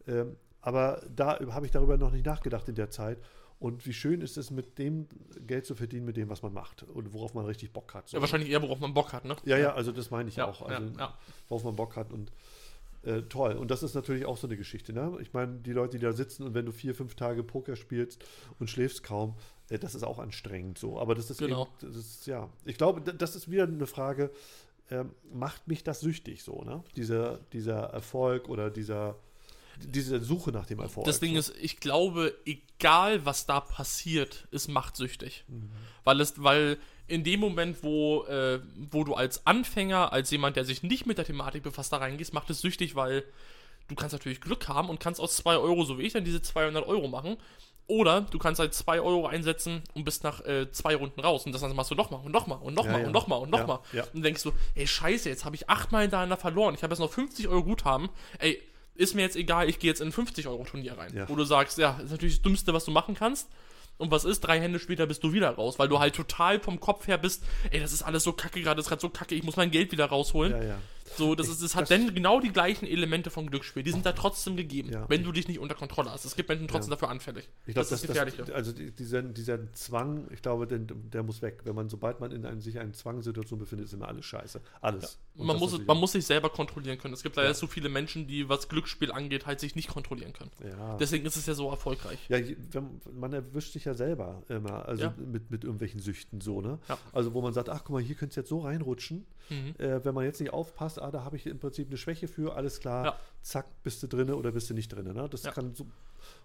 A: Ähm, aber da habe ich darüber noch nicht nachgedacht in der Zeit. Und wie schön ist es, mit dem Geld zu verdienen, mit dem, was man macht und worauf man richtig Bock hat. So.
B: Ja, wahrscheinlich eher, worauf man Bock hat, ne?
A: ja, ja, also das meine ich
B: Ja,
A: auch. Also,
B: ja, ja.
A: Worauf man Bock hat und äh, toll. Und das ist natürlich auch so eine Geschichte. Ne? Ich meine, die Leute, die da sitzen und wenn du vier, fünf Tage Poker spielst und schläfst kaum, äh, das ist auch anstrengend so. Aber das ist
B: Genau.
A: eben, das ist, ja. Ich glaube, d- das ist wieder eine Frage, ähm, macht mich das süchtig so, ne? Dieser, dieser Erfolg oder dieser, diese Suche nach dem Erfolg.
B: Das Ding ist, ich glaube, egal was da passiert, es macht süchtig.
A: Mhm.
B: Weil es, weil in dem Moment, wo, äh, wo du als Anfänger, als jemand, der sich nicht mit der Thematik befasst, da reingehst, macht es süchtig, weil du kannst natürlich Glück haben und kannst aus 2 Euro, so wie ich, dann diese 200 Euro machen. Oder du kannst halt 2 Euro einsetzen und bist nach äh, zwei Runden raus. Und das dann machst du nochmal und nochmal und nochmal
A: Ja, ja.
B: und nochmal und
A: Ja,
B: nochmal.
A: ja.
B: Und denkst du, ey, scheiße, jetzt habe ich achtmal hintereinander verloren. Ich habe jetzt noch 50 Euro Guthaben. Ey, ist mir jetzt egal, ich gehe jetzt in ein 50-Euro-Turnier rein.
A: Ja.
B: Wo du sagst, ja, ist natürlich das Dümmste, was du machen kannst. Und was ist? Drei Hände später bist du wieder raus, weil du halt total vom Kopf her bist, ey, das ist alles so kacke gerade, das ist gerade so kacke, ich muss mein Geld wieder rausholen.
A: ja, ja.
B: So, das, ist, das hat dann genau die gleichen Elemente vom Glücksspiel. Die sind da trotzdem gegeben,
A: Ja.
B: wenn du dich nicht unter Kontrolle hast. Es gibt Menschen trotzdem dafür anfällig.
A: Ich glaube, das,
B: ist
A: das,
B: gefährlich.
A: also die- dieser, dieser Zwang, ich glaube, den, der muss weg. Wenn man, sobald man in einem, sich in einer Zwangssituation befindet, ist immer alles scheiße. Alles. Und
B: man
A: das
B: muss,
A: natürlich
B: man
A: auch-
B: muss sich selber kontrollieren können. Es gibt leider so viele Menschen, die, was Glücksspiel angeht, halt sich nicht kontrollieren können.
A: Ja.
B: Deswegen ist es ja so erfolgreich.
A: Ja, je- wenn, man erwischt sich ja selber immer, also
B: Ja.
A: mit, mit irgendwelchen Süchten so, ne?
B: Ja.
A: Also wo man sagt, ach guck mal, hier könntest du jetzt so reinrutschen, äh, wenn man jetzt nicht aufpasst, ah, da habe ich im Prinzip eine Schwäche für, alles klar,
B: Ja.
A: zack, bist du drinne oder bist du nicht drinne, ne? Das
B: Ja.
A: kann so,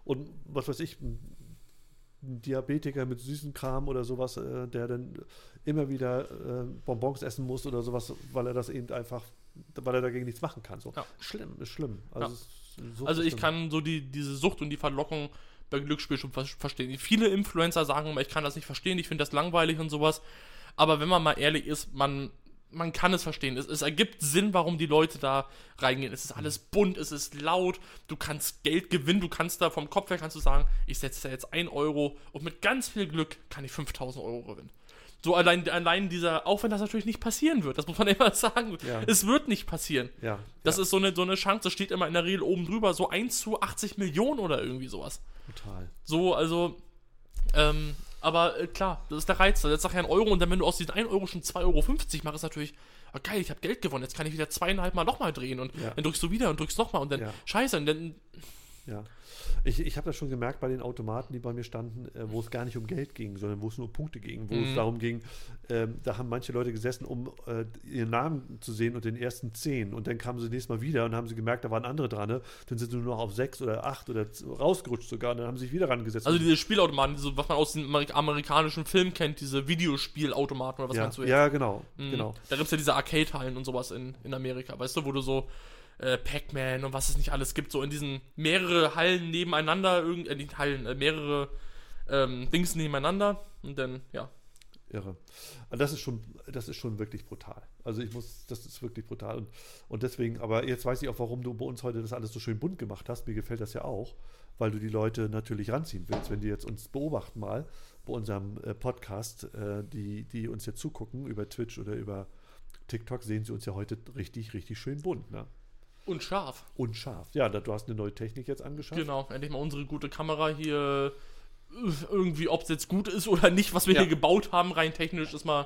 A: und was weiß ich, ein ein Diabetiker mit süßen Kram oder sowas, äh, der dann immer wieder äh, Bonbons essen muss oder sowas, weil er das eben einfach, weil er dagegen nichts machen kann, so.
B: Ja.
A: Schlimm, ist schlimm. Also,
B: Ja.
A: es ist- Sucht
B: Also
A: ist
B: ich
A: schlimm.
B: kann so die, diese Sucht und die Verlockung bei Glücksspiel schon ver verstehen. Viele Influencer sagen immer, ich kann das nicht verstehen, ich finde das langweilig und sowas. Aber wenn man mal ehrlich ist, man, man kann es verstehen. Es, es ergibt Sinn, warum die Leute da reingehen. Es ist
A: Mhm.
B: alles bunt, es ist laut, du kannst Geld gewinnen, du kannst da vom Kopf her kannst du sagen, ich setze da jetzt 1 Euro und mit ganz viel Glück kann ich 5000 Euro gewinnen. So allein, allein dieser, auch wenn das natürlich nicht passieren wird, das muss man [laughs] immer sagen,
A: Ja.
B: es wird nicht passieren.
A: Ja.
B: Das
A: ja,
B: ist so eine, so eine Chance, das steht immer in der Regel oben drüber, so 1 zu 80 Millionen oder irgendwie sowas.
A: total.
B: So, also, ähm, aber äh, klar, das ist der Reiz. da. Jetzt nachher ein Euro und dann, wenn du aus diesen 1 Euro schon 2,50 Euro machst, ist natürlich, ah, geil, ich habe Geld gewonnen, jetzt kann ich wieder zweieinhalb Mal nochmal drehen und
A: Ja.
B: dann drückst du wieder und drückst nochmal und dann,
A: Ja.
B: scheiße, und dann,
A: Ja. Ich, ich habe das schon gemerkt bei den Automaten, die bei mir standen, äh, wo es gar nicht um Geld ging, sondern wo es nur um Punkte ging, wo es
B: Mhm.
A: darum ging, ähm, da haben manche Leute gesessen, um äh, ihren Namen zu sehen und den ersten zehn. Und dann kamen sie nächstes Mal wieder und haben sie gemerkt, da waren andere dran. Ne? Dann sind sie nur noch auf sechs oder acht oder z- rausgerutscht sogar und dann haben sie sich wieder rangesetzt.
B: also diese Spielautomaten, diese, was man aus dem Amerik amerikanischen Film kennt, diese Videospielautomaten oder was
A: ja,
B: meinst du jetzt?
A: ja, genau.
B: Mhm.
A: genau.
B: Da gibt's ja diese Arcade-Hallen und sowas in, in Amerika, weißt du, wo du so äh, Pac-Man und was es nicht alles gibt, so in diesen mehrere Hallen nebeneinander, irgend, äh, nicht Hallen, äh, mehrere ähm, Dings nebeneinander und dann, ja.
A: Irre. Und das ist schon, das ist schon wirklich brutal. Also ich muss, das ist wirklich brutal. Und, und deswegen, aber jetzt weiß ich auch, warum du bei uns heute das alles so schön bunt gemacht hast. Mir gefällt das ja auch, weil du die Leute natürlich ranziehen willst. Wenn die jetzt uns beobachten mal bei unserem äh, Podcast, äh, die, die uns jetzt zugucken über Twitch oder über TikTok, sehen sie uns ja heute richtig, richtig schön bunt, ne?
B: Und scharf.
A: Und scharf. Ja, da, du hast eine neue Technik jetzt angeschafft.
B: Genau, endlich mal unsere gute Kamera hier. äh, Irgendwie, ob es jetzt gut ist oder nicht, was wir
A: Ja.
B: hier gebaut haben, rein technisch ist mal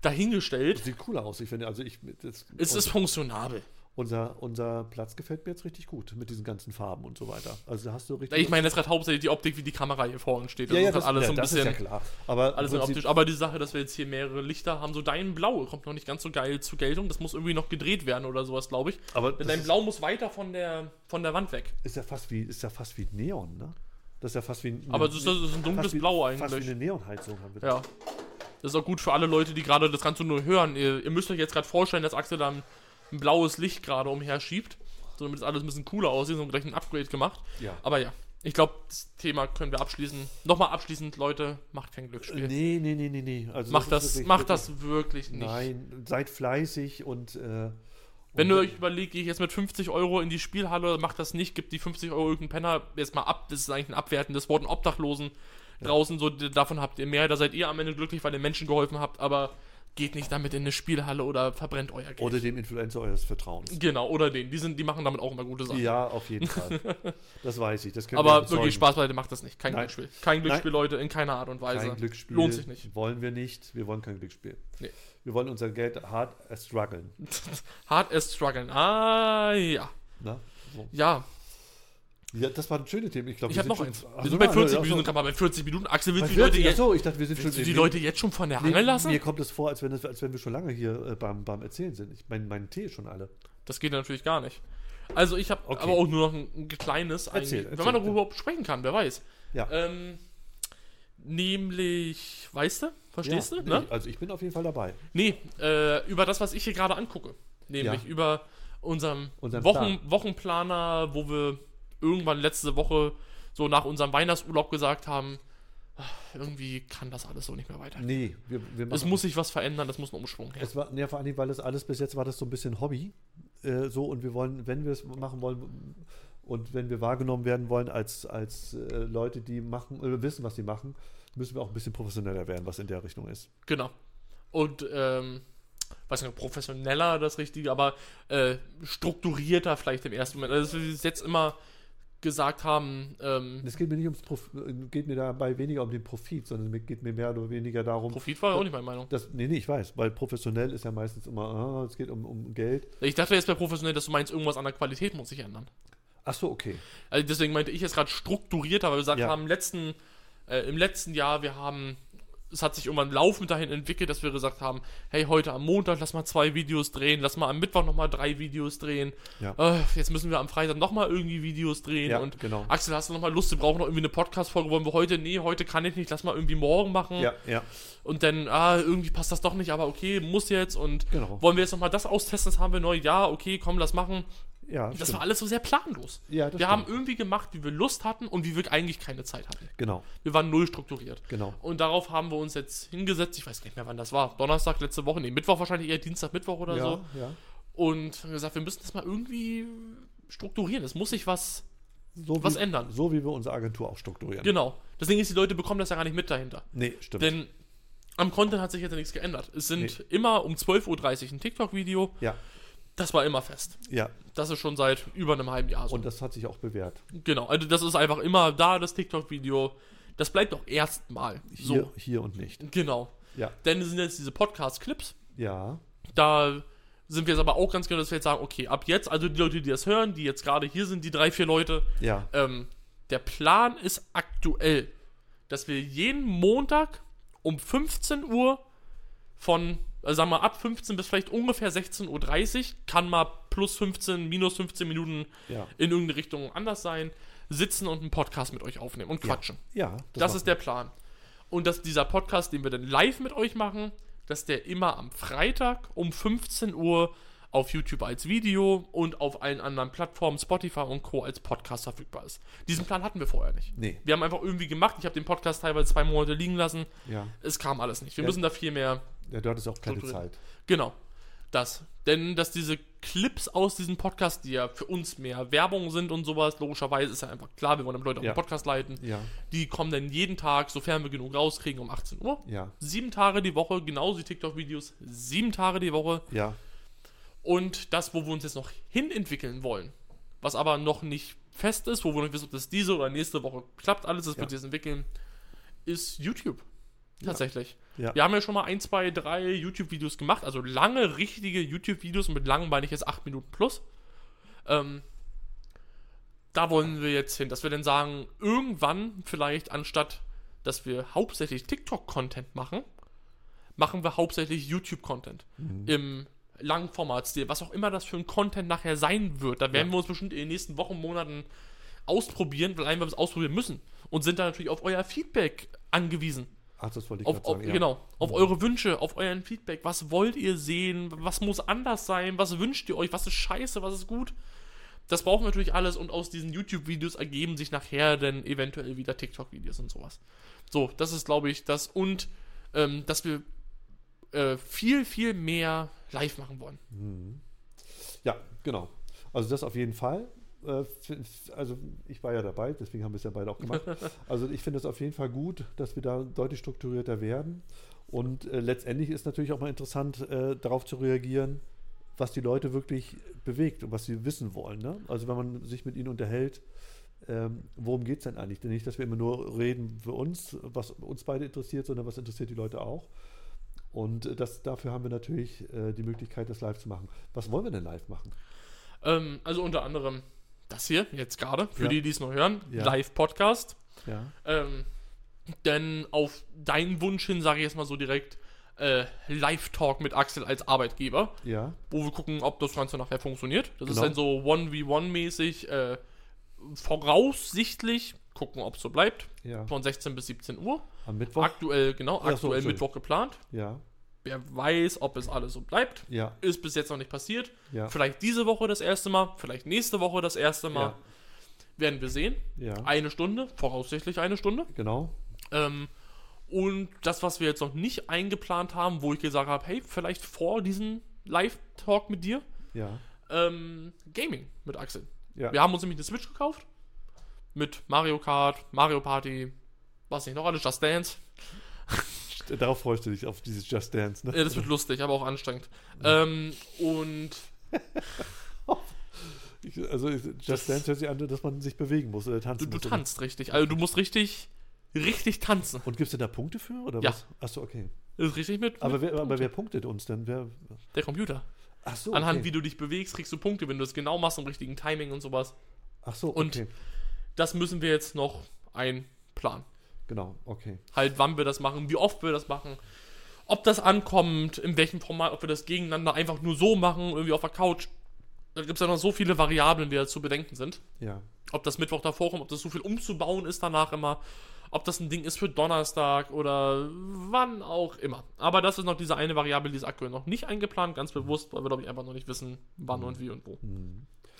B: dahingestellt.
A: Sieht cool aus, ich finde. Also ich, das,
B: Es ist funktionabel.
A: unser, unser Platz gefällt mir jetzt richtig gut mit diesen ganzen Farben und so weiter. Also da hast du richtig.
B: Ich meine, das ist gerade hauptsächlich die Optik, wie die Kamera hier vorne steht.
A: ja, ja,
B: Also es hat
A: das, ja, das ist ja klar. Aber
B: Alles
A: im
B: in
A: Prinzip-
B: optisch. Aber die Sache, dass wir jetzt hier mehrere Lichter haben, so dein Blau kommt noch nicht ganz so geil zur Geltung. Das muss irgendwie noch gedreht werden oder sowas, glaube ich.
A: aber
B: Denn
A: das
B: dein
A: ist,
B: Blau muss weiter von der, von der Wand weg.
A: ist ja fast wie ist ja fast wie Neon, ne? Das ist ja fast wie ein,
B: Aber das ist, das ist ein dunkles
A: fast wie,
B: Blau
A: Fast wie
B: eigentlich.
A: eine Neonheizung haben wir. da.
B: Ja. Das ist auch gut für alle Leute, die gerade das Ganze nur hören. Ihr, ihr müsst euch jetzt gerade vorstellen, dass Axel da ein, ein blaues Licht gerade umher schiebt. So, damit es alles ein bisschen cooler aussieht und gleich ein Upgrade gemacht.
A: Ja.
B: Aber ja, ich glaube, das Thema können wir abschließen. Nochmal abschließend, Leute, macht kein Glücksspiel.
A: Äh, Nee, nee, nee, nee, nee. Also
B: macht
A: ist
B: das,
A: wirklich-
B: macht das wirklich nicht.
A: Nein, seid fleißig und äh,
B: Wenn
A: und-
B: du euch überlegt, gehe ich jetzt mit 50 Euro in die Spielhalle, mach das nicht, gib die 50 Euro irgendeinen Penner jetzt mal ab, das ist eigentlich ein abwertendes Wort, einen Obdachlosen draußen, so d- davon habt ihr mehr, da seid ihr am Ende glücklich, weil ihr Menschen geholfen habt, aber geht nicht damit in eine Spielhalle oder verbrennt euer Geld.
A: oder dem Influencer eures Vertrauens.
B: genau, oder den, die, sind, die machen damit auch immer gute Sachen.
A: Ja, auf jeden
B: [laughs]
A: Fall. Das weiß ich. Das können wir
B: aber
A: bezeugen.
B: wirklich Spaß beiseite, macht das nicht. Kein
A: Nein.
B: Glücksspiel. Kein Glücksspiel, Leute, in keiner Art und Weise.
A: Kein Glücksspiel
B: Also, Lohnt sich nicht. [laughs]
A: Wollen wir nicht. Wir wollen kein Glücksspiel.
B: Nee.
A: Wir wollen unser Geld hart strugglen.
B: Hard as struggling. Ah, ja.
A: Ne? So.
B: Ja,
A: Ja, das waren schöne Themen. Ich glaube,
B: ich habe noch eins.
A: Ach
B: Wir
A: so,
B: sind bei
A: ja,
B: 40
A: ja,
B: Minuten,
A: so.
B: gerade mal bei 40 Minuten. Axel,
A: Bei
B: willst du die Leute
A: 40,
B: jetzt
A: achso, ich dachte, wir sind schon
B: Willst du die Leute jetzt schon von der Hange lassen?
A: Mir kommt es vor, als wenn, das, als wenn wir schon lange hier äh, beim, beim Erzählen sind. Ich mein, meinen Tee schon alle.
B: Das geht natürlich gar nicht. Also ich habe
A: Okay.
B: aber auch nur noch ein, ein kleines,
A: Erzähl,
B: eigentlich. wenn
A: erzähl,
B: man darüber überhaupt sprechen kann, wer weiß.
A: Ja.
B: Ähm, nämlich, weißt du, verstehst
A: ja,
B: du? Ne?
A: nee, Also ich bin auf jeden Fall dabei.
B: Nee, äh, über das, was ich hier gerade angucke. Nämlich
A: Ja.
B: über unseren
A: Unseren
B: Wochen, Wochenplaner, wo wir irgendwann letzte Woche so nach unserem Weihnachtsurlaub gesagt haben, "Ah, irgendwie kann das alles so nicht mehr weitergehen.
A: Nee, wir, wir
B: Es muss sich was verändern, das muss ein Umschwung her.
A: Es war, ja, vor allem, weil das alles bis jetzt war das so ein bisschen Hobby. Äh, so, und wir wollen, wenn wir es machen wollen und wenn wir wahrgenommen werden wollen als, als äh, Leute, die machen, äh, wissen, was sie machen, müssen wir auch ein bisschen professioneller werden, was in der Richtung ist.
B: Genau. Und, ähm, weiß nicht, ob professioneller das Richtige, aber äh, strukturierter vielleicht im ersten Moment. Also, dass wir es jetzt immer gesagt haben, ähm,
A: Es geht mir nicht ums Prof äh, geht mir dabei weniger um den Profit, sondern mir geht mir mehr oder weniger darum,
B: Profit war ja auch nicht meine Meinung.
A: dass, nee, nee, ich weiß, weil professionell ist ja meistens immer, ah, es geht um, um Geld.
B: Ich dachte jetzt bei professionell, dass du meinst, irgendwas an der Qualität muss sich ändern.
A: Ach so, okay.
B: Also deswegen meinte ich jetzt gerade strukturierter, weil wir gesagt
A: Ja.
B: haben, im letzten, äh, im letzten Jahr, wir haben, es hat sich irgendwann laufend dahin entwickelt, dass wir gesagt haben, hey, heute am Montag lass mal zwei Videos drehen, lass mal am Mittwoch nochmal drei Videos drehen,
A: Ja.
B: äh, jetzt müssen wir am Freitag nochmal irgendwie Videos drehen
A: Ja,
B: und
A: genau.
B: Axel, hast du nochmal Lust, wir brauchen noch irgendwie eine Podcast-Folge, wollen wir heute, nee, heute kann ich nicht, lass mal irgendwie morgen machen
A: Ja, ja,
B: und dann, ah, irgendwie passt das doch nicht, aber okay, muss jetzt und
A: Genau.
B: wollen wir jetzt nochmal das austesten, das haben wir neu, ja, okay, komm, lass machen.
A: Ja,
B: Das
A: stimmt.
B: war alles so sehr planlos.
A: Ja, das
B: wir
A: stimmt.
B: haben irgendwie gemacht, wie wir Lust hatten und wie wir eigentlich keine Zeit hatten.
A: genau.
B: Wir waren null strukturiert.
A: Genau.
B: Und darauf haben wir uns jetzt hingesetzt. Ich weiß gar nicht mehr, wann das war. Donnerstag letzte Woche, nee, Mittwoch wahrscheinlich eher Dienstag, Mittwoch oder
A: ja,
B: so.
A: ja.
B: Und haben gesagt, wir müssen das mal irgendwie strukturieren. Es muss sich was.
A: So
B: Was
A: wie,
B: ändern.
A: So wie wir unsere Agentur auch strukturieren.
B: Genau. Das Ding ist, die Leute bekommen das ja gar nicht mit dahinter.
A: Nee, stimmt.
B: Denn am Content hat sich jetzt ja nichts geändert. Es sind immer um 12.30 Uhr ein TikTok-Video.
A: ja,
B: Das war immer fest.
A: ja.
B: Das ist schon seit über einem halben Jahr so.
A: Und das hat sich auch bewährt.
B: genau. Also, das ist einfach immer da, das TikTok-Video. Das bleibt auch erstmal
A: Hier,
B: so.
A: hier und nicht.
B: Genau.
A: Ja,
B: Denn es sind jetzt diese Podcast-Clips.
A: ja,
B: Da sind wir jetzt aber auch ganz genau, dass wir jetzt sagen, okay, ab jetzt, also die Leute, die das hören, die jetzt gerade hier sind, die drei, vier Leute,
A: ja,
B: ähm, der Plan ist aktuell, dass wir jeden Montag um 15 Uhr von, also sagen wir ab 15 bis vielleicht ungefähr 16.30 Uhr, kann mal plus 15, minus 15 Minuten
A: ja.
B: in irgendeine Richtung anders sein, sitzen und einen Podcast mit euch aufnehmen und quatschen.
A: Ja,
B: Das,
A: machen
B: ist der Plan. Und dass dieser Podcast, den wir dann live mit euch machen, dass der immer am Freitag um 15 Uhr auf YouTube als Video und auf allen anderen Plattformen, Spotify und Co. als Podcast verfügbar ist. Diesen Plan hatten wir vorher nicht.
A: Nee.
B: Wir haben einfach irgendwie gemacht. Ich habe den Podcast teilweise zwei Monate liegen lassen.
A: wir. Ja.
B: Es kam alles nicht. Wir
A: Ja.
B: müssen da viel mehr.
A: ja, du hattest auch keine
B: Strukturieren.
A: Zeit.
B: Genau. Das. Denn dass diese Clips aus diesem Podcast, die ja für uns mehr Werbung sind und sowas, logischerweise ist ja einfach klar, wir wollen damit Leute auf
A: Ja.
B: den Podcast leiten.
A: Ja,
B: Die kommen dann jeden Tag, sofern wir genug rauskriegen, um 18 Uhr.
A: ja,
B: Sieben Tage die Woche, genauso die TikTok-Videos, sieben Tage die Woche.
A: ja,
B: Und das, wo wir uns jetzt noch hin entwickeln wollen, was aber noch nicht fest ist, wo wir noch nicht wissen, ob das diese oder nächste Woche klappt, alles, das
A: Ja.
B: wird jetzt entwickeln, ist YouTube. Tatsächlich.
A: ja.
B: Wir haben ja schon mal ein, zwei, drei YouTube-Videos gemacht, also lange, richtige YouTube-Videos und mit langen meine ich jetzt acht Minuten plus. Ähm, da wollen wir jetzt hin, dass wir dann sagen, irgendwann vielleicht anstatt, dass wir hauptsächlich TikTok-Content machen, machen wir hauptsächlich YouTube-Content
A: Mhm. Hm.
B: im Langformatstil, was auch immer das für ein Content nachher sein wird. Da werden
A: Ja.
B: wir uns bestimmt in den nächsten Wochen, Monaten ausprobieren, weil wir es ausprobieren müssen und sind da natürlich auf euer Feedback angewiesen
A: Ach, das wollte ich
B: auf,
A: gerade
B: auf,
A: sagen. ja. Mhm.
B: Genau, auf eure Wünsche, auf euren Feedback. Was wollt ihr sehen? Was muss anders sein? Was wünscht ihr euch? Was ist scheiße? Was ist gut? Das brauchen wir natürlich alles und aus diesen YouTube-Videos ergeben sich nachher dann eventuell wieder TikTok-Videos und sowas. So, das ist, glaube ich, das und ähm, dass wir äh, viel, viel mehr live machen wollen.
A: Mhm. Ja, genau. Also das auf jeden Fall. Äh, f- f- Also ich war ja dabei, deswegen haben wir es ja beide auch gemacht. Also ich finde es auf jeden Fall gut, dass wir da deutlich strukturierter werden. Und äh, letztendlich ist natürlich auch mal interessant, äh, darauf zu reagieren, was die Leute wirklich bewegt und was sie wissen wollen. Ne? Also wenn man sich mit ihnen unterhält, ähm, worum geht es denn eigentlich? Denn nicht, dass wir immer nur reden für uns, was uns beide interessiert, sondern was interessiert die Leute auch. Und äh, das, dafür haben wir natürlich äh, die Möglichkeit, das live zu machen. Was wollen wir denn live machen?
B: Ähm, also unter anderem das hier, jetzt gerade, für
A: Ja.
B: die, die es nur hören,
A: Ja.
B: Live-Podcast.
A: Ja.
B: Ähm, denn auf deinen Wunsch hin, sage ich jetzt mal so direkt, äh, Live-Talk mit Axel als Arbeitgeber,
A: Ja,
B: wo wir gucken, ob das Ganze nachher funktioniert. Das ist
A: Genau.
B: dann so 1v1-mäßig, äh, voraussichtlich, gucken, ob es so bleibt,
A: ja.
B: von 16 bis 17 Uhr.
A: Am Mittwoch?
B: Aktuell, genau,
A: Ach so,
B: aktuell
A: Entschuldigung.
B: Mittwoch geplant.
A: Ja,
B: Wer weiß, ob es alles so bleibt.
A: ja,
B: Ist bis jetzt noch nicht passiert.
A: ja.
B: Vielleicht diese Woche das erste Mal, vielleicht nächste Woche das erste Mal.
A: Ja.
B: Werden wir sehen.
A: Ja,
B: Eine Stunde, voraussichtlich eine Stunde.
A: genau.
B: Ähm, und das, was wir jetzt noch nicht eingeplant haben, wo ich gesagt habe, hey, vielleicht vor diesem Live-Talk mit dir,
A: Ja,
B: ähm, Gaming mit Axel.
A: ja.
B: Wir haben uns nämlich eine Switch gekauft. Mit Mario Kart, Mario Party, was nicht noch alles, Just Dance.
A: Darauf freust du dich, auf dieses Just Dance, ne?
B: Äh, das wird lustig, aber auch anstrengend. Ähm, und
A: Ich, also ich- Just Dance hört sich an, dass man sich bewegen muss oder
B: du,
A: tanzen
B: du
A: muss.
B: tanzt richtig. Also du musst richtig, richtig tanzen.
A: Und gibst du da Punkte für oder
B: Ja.
A: was? Achso, okay.
B: Das ist richtig mit,
A: Aber
B: mit
A: wer, aber wer punktet uns denn? Wer?
B: der Computer.
A: Achso,
B: Anhand,
A: okay.
B: wie du dich bewegst, kriegst du Punkte, wenn du es genau machst, im richtigen Timing und sowas.
A: Achso,
B: und-
A: okay.
B: Das müssen wir jetzt noch einplanen.
A: Genau, okay.
B: halt, wann wir das machen, wie oft wir das machen, ob das ankommt, in welchem Format, ob wir das gegeneinander einfach nur so machen, irgendwie auf der Couch. Da gibt es ja noch so viele Variablen, die da zu bedenken sind.
A: Ja,
B: Ob das Mittwoch davor kommt, ob das so viel umzubauen ist danach immer, ob das ein Ding ist für Donnerstag oder wann auch immer. Aber das ist noch diese
A: Hm.
B: eine Variable, die ist aktuell noch nicht eingeplant, ganz bewusst, weil wir, glaube ich, einfach noch nicht wissen, wann und wie und wo.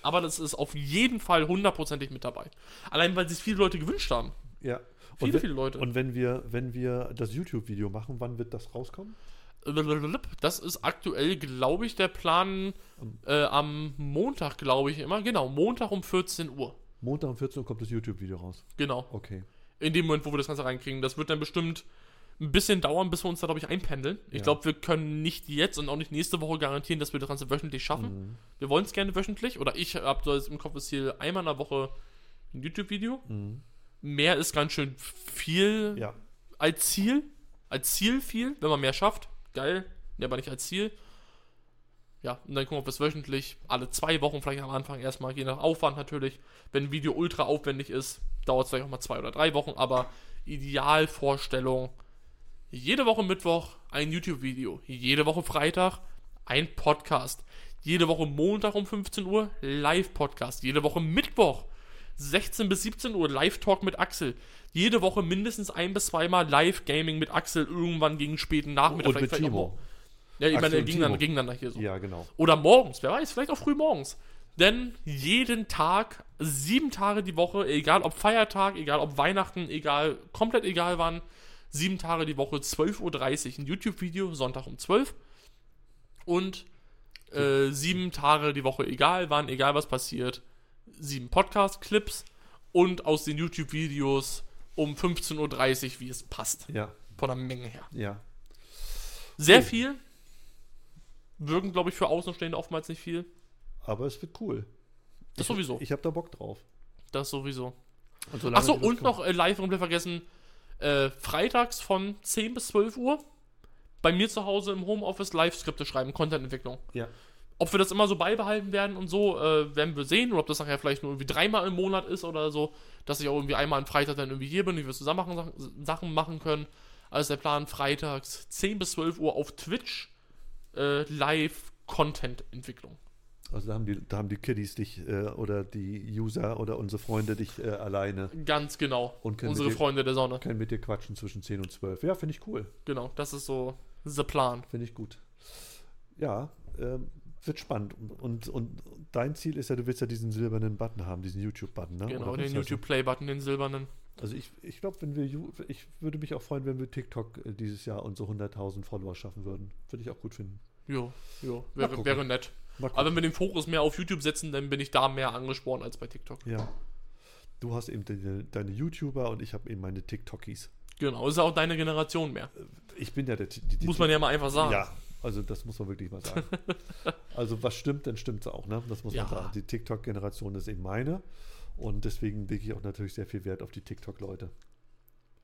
B: aber das ist auf jeden Fall hundertprozentig mit dabei. Allein, weil sich viele Leute gewünscht haben.
A: Ja. Und
B: Viele,
A: wenn-
B: viele Leute.
A: Und wenn wir, wenn wir das YouTube-Video machen, wann wird das rauskommen?
B: Äh, Das ist aktuell, glaube ich, der Plan äh, am Montag, glaube ich immer. Genau, Montag um 14 Uhr.
A: Montag um 14 Uhr kommt das YouTube-Video raus.
B: Genau.
A: Okay.
B: In dem Moment, wo wir das Ganze reinkriegen. Das wird dann bestimmt ein bisschen dauern, bis wir uns da, glaube ich, einpendeln. Ich
A: Ja.
B: glaube, wir können nicht jetzt und auch nicht nächste Woche garantieren, dass wir das Ganze wöchentlich schaffen.
A: Mhm.
B: Wir wollen es gerne wöchentlich. Oder ich habe das im Kopf, das Ziel einmal in der Woche ein YouTube-Video.
A: Mhm.
B: Mehr ist ganz schön viel
A: Ja.
B: als Ziel. Als Ziel viel, wenn man mehr schafft. Geil. Ja, aber nicht als Ziel. Ja, und dann gucken wir, ob wir es wöchentlich, alle zwei Wochen vielleicht am Anfang erstmal, je nach Aufwand natürlich. Wenn ein Video ultra aufwendig ist, dauert es vielleicht auch mal zwei oder drei Wochen, aber Idealvorstellung. Jede Woche Mittwoch ein YouTube-Video, jede Woche Freitag ein Podcast, jede Woche Montag um 15 Uhr Live-Podcast, jede Woche Mittwoch 16 bis 17 Uhr Live-Talk mit Axel, jede Woche mindestens ein bis zweimal Live-Gaming mit Axel irgendwann gegen späten Nachmittag.
A: Und mit
B: vielleicht auch
A: Timo.
B: morgen. Ja, ich
A: Axel
B: meine,
A: und Timo.
B: gegeneinander, gegeneinander hier so.
A: Ja, genau.
B: Oder morgens, wer weiß, vielleicht auch früh morgens. Denn jeden Tag, sieben Tage die Woche, egal ob Feiertag, egal ob Weihnachten, egal, komplett egal wann, sieben Tage die Woche, 12.30 Uhr ein YouTube-Video, Sonntag um 12 Und äh, sieben Tage die Woche, egal wann, egal was passiert, sieben Podcast-Clips und aus den YouTube-Videos um 15.30 Uhr, wie es passt.
A: Ja,
B: Von der Menge her.
A: ja.
B: Sehr
A: Cool.
B: viel. Wirken, glaube ich, für Außenstehende oftmals nicht viel.
A: Aber es wird cool.
B: Das sowieso.
A: Ich habe da Bock drauf.
B: Das sowieso.
A: Und solange
B: Achso,
A: die das
B: und
A: tun-
B: noch äh, live und vergessen. Äh, freitags von 10 bis 12 Uhr bei mir zu Hause im Homeoffice Live-Skripte schreiben, Contententwicklung.
A: Ja.
B: Ob wir das immer so beibehalten werden und so, äh, werden wir sehen. Oder ob das nachher vielleicht nur irgendwie dreimal im Monat ist oder so, dass ich auch irgendwie einmal am Freitag dann irgendwie hier bin, wie wir zusammen machen, Sachen- Sachen machen können. Also der Plan freitags 10 bis 12 Uhr auf Twitch äh, Live-Content-Entwicklung.
A: Also da haben die, da haben die Kiddies dich äh, oder die User oder unsere Freunde dich äh, alleine.
B: Ganz genau.
A: Und können wir
B: Unsere
A: die-
B: Freunde der Sonne.
A: Können mit dir quatschen zwischen 10 und 12. Ja, finde ich cool.
B: Genau, das ist so the Plan.
A: Finde ich gut. Ja, ähm, wird spannend. Und, und dein Ziel ist ja, du willst ja diesen silbernen Button haben, diesen YouTube-Button, ne? Oder
B: Genau,
A: was
B: den
A: ist das?
B: YouTube-Play-Button, den silbernen.
A: Also ich, ich glaube, wenn wir, Ju- ich würde mich auch freuen, wenn wir TikTok äh, dieses Jahr unsere 100.000 Follower schaffen würden. Würde ich auch gut finden.
B: Jo, jo,
A: Mal
B: wäre,
A: gucken.
B: wäre nett.
A: Mal
B: Aber wenn wir den Fokus mehr auf YouTube setzen, dann bin ich da mehr angespornt als bei TikTok.
A: Ja. Du hast eben deine, deine YouTuber und ich habe eben meine TikTokies.
B: Genau, ist ja auch deine Generation mehr.
A: Ich bin ja der. Ti- Die, die,
B: Muss man ja mal einfach sagen.
A: Ja, also das muss man wirklich mal sagen. also was stimmt, dann stimmt es auch, ne? Das muss
B: Ja.
A: man sagen. Die TikTok-Generation ist eben meine. Und deswegen lege ich auch natürlich sehr viel Wert auf die TikTok-Leute.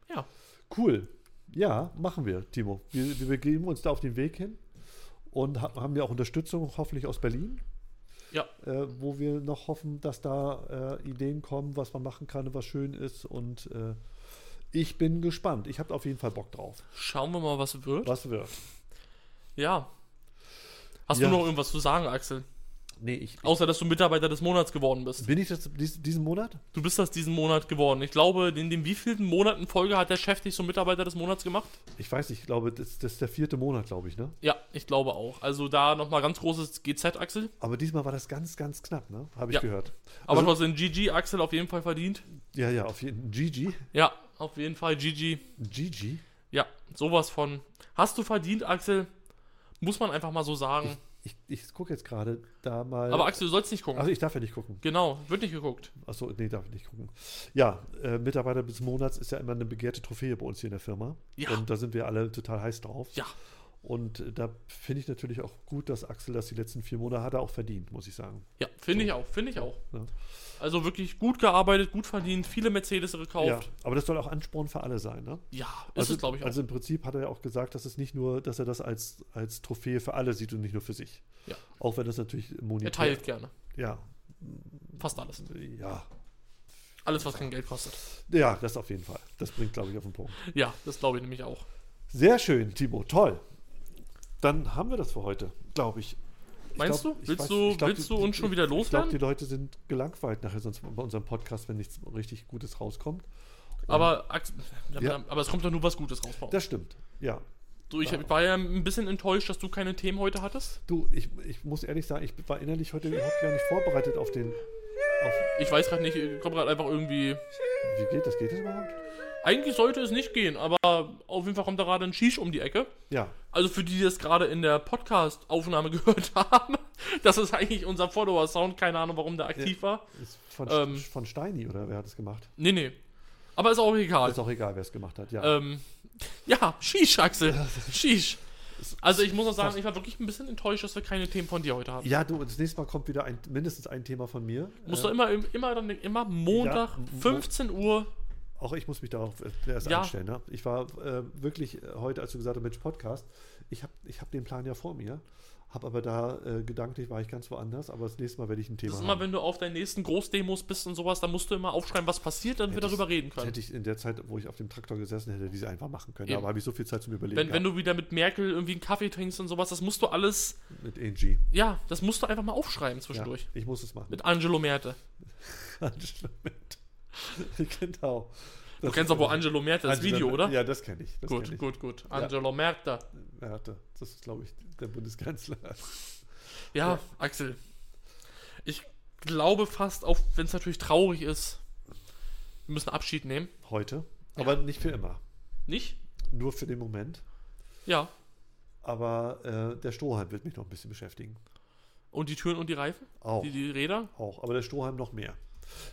B: Ja.
A: Cool. Ja, machen wir, Timo. Wir, wir begeben uns da auf den Weg hin und ha haben ja auch Unterstützung, hoffentlich aus Berlin.
B: Ja.
A: Äh, wo wir noch hoffen, dass da äh, Ideen kommen, was man machen kann und was schön ist. Und äh, ich bin gespannt. Ich habe auf jeden Fall Bock drauf.
B: Schauen wir mal, was wird.
A: Was wird?
B: Ja. Hast
A: Ja.
B: du noch irgendwas zu sagen, Axel?
A: Nee, ich,
B: Außer, dass du Mitarbeiter des Monats geworden bist.
A: Bin ich das dies, diesen Monat?
B: Du bist das diesen Monat geworden. Ich glaube, in den wievielten Monaten Folge hat der Chef dich zum Mitarbeiter des Monats gemacht?
A: Ich weiß nicht, ich glaube, das, das ist der vierte Monat, glaube ich, ne?
B: Ja, ich glaube auch. Also da nochmal ganz großes GZ, Axel.
A: Aber diesmal war das ganz, ganz knapp, ne? Habe ich
B: Ja.
A: gehört.
B: Aber
A: Also-
B: trotzdem, GG, Axel auf jeden Fall verdient.
A: Ja, ja, auf jeden Fall. Gigi.
B: Ja, auf jeden Fall, GG.
A: Gigi.
B: Ja, sowas von. Hast du verdient, Axel? Muss man einfach mal so sagen.
A: Ich, ich gucke jetzt gerade da mal.
B: Aber Axel, du sollst nicht gucken.
A: Achso, ich darf ja nicht gucken.
B: genau, wird nicht geguckt.
A: Achso, nee, darf ich nicht gucken. Ja, äh, Mitarbeiter des Monats ist ja immer eine begehrte Trophäe bei uns hier in der Firma.
B: Ja.
A: Und da sind wir alle total heiß drauf.
B: Ja,
A: Und äh, da finde ich natürlich auch gut, dass Axel das die letzten vier Monate hat er auch verdient, muss ich sagen.
B: ja, finde ich auch, finde ich auch.
A: Ja.
B: Also wirklich gut gearbeitet, gut verdient, viele Mercedes
A: Ja,
B: gekauft.
A: aber das soll auch Ansporn für alle sein, ne?
B: Ja, ist
A: also,
B: es, glaube ich, auch.
A: Also im Prinzip hat er ja auch gesagt, dass es nicht nur, dass er das als, als Trophäe für alle sieht und nicht nur für sich.
B: Ja.
A: Auch wenn das natürlich monetär.
B: er teilt gerne.
A: Ja,
B: Fast alles.
A: ja.
B: Alles, was kein Geld kostet.
A: Ja, das auf jeden Fall. Das bringt, glaube ich, auf den Punkt.
B: Ja, das glaube ich nämlich auch.
A: Sehr schön, Timo. Toll. Dann haben wir das für heute, glaube ich. Ich
B: Meinst
A: glaub,
B: du?
A: ich
B: Willst
A: weiß-
B: du-
A: ich glaub,
B: willst
A: die-
B: du uns
A: die-
B: schon wieder
A: Ich glaube,
B: loswerden?
A: die Leute sind gelangweilt nachher sonst bei unserem Podcast, wenn nichts richtig Gutes rauskommt.
B: Aber, Axel,
A: Ja.
B: aber es kommt doch nur was Gutes raus. Paul.
A: Das stimmt. Ja.
B: So, ich hab- war ja ein bisschen enttäuscht, dass du keine Themen heute hattest.
A: Du, ich, ich muss ehrlich sagen, ich war innerlich heute überhaupt gar nicht vorbereitet auf den. Auf,
B: Ich weiß gerade nicht, ich komme gerade einfach irgendwie.
A: wie geht das? Geht das überhaupt?
B: Eigentlich sollte es nicht gehen, aber auf jeden Fall kommt da gerade ein Shish um die Ecke.
A: Ja.
B: Also für die, die das gerade in der Podcast-Aufnahme [laughs] gehört haben, das ist eigentlich unser Follower-Sound. Keine Ahnung, warum der aktiv war.
A: Ist von,
B: Ähm.
A: von Steini oder wer hat es gemacht?
B: Nee, nee. Aber ist auch egal.
A: Ist auch egal, wer es gemacht hat. Ja.
B: Ähm, ja, Shish, Axel.
A: [laughs]
B: Shish. Also ich muss noch sagen, ich war wirklich ein bisschen enttäuscht, dass wir keine Themen von dir heute haben.
A: ja, du, das nächste Mal kommt wieder ein, mindestens ein Thema von mir. Ähm,
B: Musst du immer, immer, dann, immer Montag,
A: Ja, wo-
B: 15 Uhr.
A: Auch ich muss mich darauf äh, erst
B: Ja.
A: einstellen. Ne? Ich war äh, wirklich äh, heute, als du gesagt hast, Mensch, Podcast, ich habe ich hab den Plan ja vor mir, habe aber da äh, gedanklich war ich ganz woanders, aber das nächste Mal werde ich ein Thema
B: Das ist
A: haben.
B: immer, wenn du auf deinen nächsten Großdemos bist und sowas, dann musst du immer aufschreiben, was passiert, damit wir
A: das-
B: darüber reden
A: das
B: können.
A: hätte ich in der Zeit, wo ich auf dem Traktor gesessen hätte, diese einfach machen können.
B: Eben.
A: Aber habe ich so viel Zeit zum Überlegen
B: Wenn, wenn
A: gehabt
B: du wieder mit Merkel irgendwie einen Kaffee trinkst und sowas, das musst du alles,
A: mit Angie.
B: ja, das musst du einfach mal aufschreiben
A: Ja,
B: zwischendurch.
A: ich muss es machen.
B: Mit Angelo Merte.
A: [laughs] genau.
B: Du kennst doch wohl Angelo Merte, das Video, oder?
A: Also Ja, das kenne ich. Das kenn
B: gut,
A: ich.
B: gut, gut. Angelo Merte.
A: Er hatte, das ist, glaube ich, der Bundeskanzler. [laughs]
B: Ja, Axel. Ich glaube fast, auch wenn es natürlich traurig ist, wir müssen Abschied nehmen.
A: Heute. Aber nicht für immer.
B: Nicht?
A: Nur für den Moment.
B: Ja.
A: Aber äh, der Strohhalm wird mich noch ein bisschen beschäftigen.
B: Und die Türen und die Reifen?
A: Auch.
B: Die, die Räder?
A: Auch. Aber der Strohhalm noch mehr.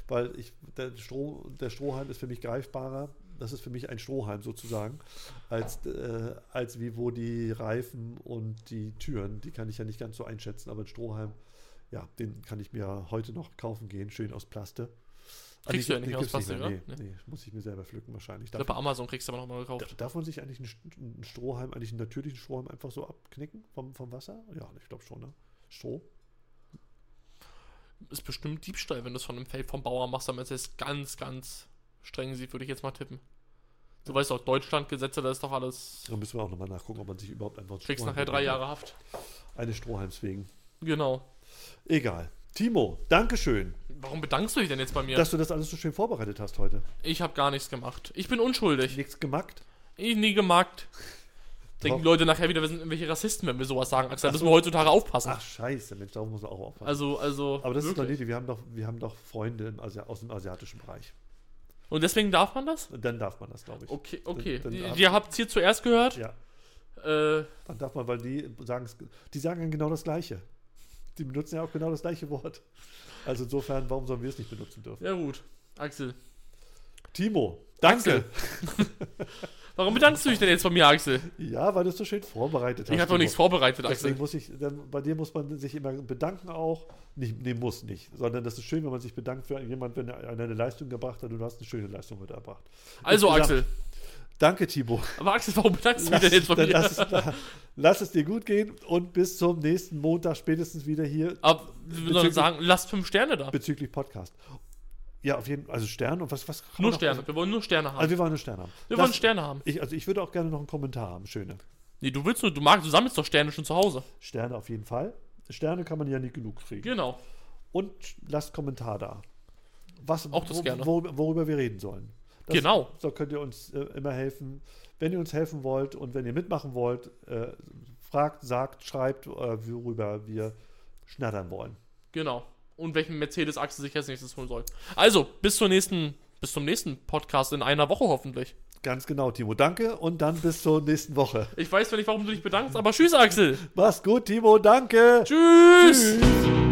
A: Weil ich, der, Stroh, der Strohhalm ist für mich greifbarer. Das ist für mich ein Strohhalm sozusagen, als, äh, als wie wo die Reifen und die Türen, die kann ich ja nicht ganz so einschätzen, aber ein Strohhalm, ja, den kann ich mir heute noch kaufen gehen, schön aus Plaste. Ah,
B: Kriegst du ja
A: den
B: nicht aus
A: gibt's
B: Plastik,
A: mehr.
B: oder?
A: Nee, nee, muss ich mir selber pflücken wahrscheinlich.
B: Ich glaube,
A: Darf,
B: bei Amazon kriegst du aber nochmal gekauft.
A: darf man sich eigentlich einen St- einen Strohhalm, eigentlich einen natürlichen Strohhalm einfach so abknicken vom, vom Wasser? Ja, ich glaube schon, ne? Stroh?
B: Ist bestimmt Diebstahl, wenn du es von einem Feld vom Bauer machst, damit es jetzt ganz, ganz streng sieht, würde ich jetzt mal tippen. Du weißt auch, Deutschlandgesetze, da ist doch alles.
A: Da müssen wir auch nochmal nachgucken, ob man sich überhaupt einfach einen
B: Kriegst
A: Strohhalm
B: nachher drei
A: abknickt.
B: Jahre Haft.
A: Eines Strohhalms wegen.
B: Genau.
A: Egal. Timo, Dankeschön,
B: Warum bedankst du dich denn jetzt bei mir?
A: dass du das alles so schön vorbereitet hast heute.
B: ich habe gar nichts gemacht. Ich bin unschuldig.
A: Nichts gemackt.
B: Ich nie gemagt.
A: Doch.
B: Denken die Leute nachher wieder, wir sind irgendwelche Rassisten, wenn wir sowas sagen, Axel. Da müssen wir heutzutage aufpassen.
A: Ach scheiße, Mensch, darauf muss man auch aufpassen.
B: also, also.
A: Aber das ist doch
B: wirklich.
A: nicht, wir haben doch, wir haben doch Freunde im Asi aus dem asiatischen Bereich.
B: Und deswegen darf man das?
A: Und dann darf man das, glaube ich.
B: Okay, okay.
A: Dann- dann
B: Die-
A: darf-
B: Ihr habt es hier zuerst gehört.
A: Ja,
B: Äh,
A: dann darf man, weil die sagen, es- die sagen dann genau das Gleiche. Die benutzen ja auch genau das gleiche Wort. Also insofern, warum sollen wir es nicht benutzen dürfen?
B: ja, gut. Axel.
A: Timo, danke.
B: Warum bedankst du dich denn jetzt bei mir, Axel?
A: Ja, weil du es so schön vorbereitet hast.
B: Ich habe doch
A: Timo.
B: nichts vorbereitet,
A: Deswegen
B: Axel.
A: muss ich, dann, bei dir muss man sich immer bedanken auch. Nicht, nee, muss nicht. Sondern das ist schön, wenn man sich bedankt für jemand, wenn er einer eine Leistung gebracht hat und du hast eine schöne Leistung heute erbracht.
B: Also,
A: Insgesamt-
B: Axel.
A: Danke, Timo.
B: [laughs] Aber Axel, warum bedankst du dich
A: Lass,
B: denn jetzt bei
A: dann lass,
B: mir?
A: es, lass es dir gut gehen und bis zum nächsten Montag spätestens wieder hier
B: Aber wir sollen
A: Bezüglich-
B: sagen, lasst fünf Sterne da.
A: bezüglich Podcast. Ja, auf jeden Fall. Also Stern und was? was kann man
B: Nur
A: noch-
B: Sterne. Wir wollen nur Sterne haben.
A: Also wir wollen nur Sterne haben.
B: wir
A: Lass-
B: wollen Sterne haben.
A: Ich, also ich würde auch gerne noch einen Kommentar haben. Schöne.
B: Nee, du willst nur, du magst, du sammelst doch Sterne schon zu Hause.
A: Sterne auf jeden Fall. Sterne kann man ja nicht genug kriegen.
B: Genau.
A: und lasst Kommentar da. Was,
B: Auch das gerne.
A: wor- worüber wir reden sollen. Das,
B: Genau.
A: So könnt ihr uns äh, immer helfen. Wenn ihr uns helfen wollt und wenn ihr mitmachen wollt, äh, fragt, sagt, schreibt, äh, worüber wir schnattern wollen.
B: Genau. Und welchen Mercedes Axel sich als nächstes holen soll. Also, bis zur nächsten, bis zum nächsten Podcast in einer Woche hoffentlich.
A: Ganz genau, Timo. Danke und dann bis zur nächsten Woche.
B: Ich weiß zwar nicht, warum du dich bedankst, aber tschüss, Axel.
A: Mach's gut, Timo. Danke.
B: Tschüss.
A: Tschüss.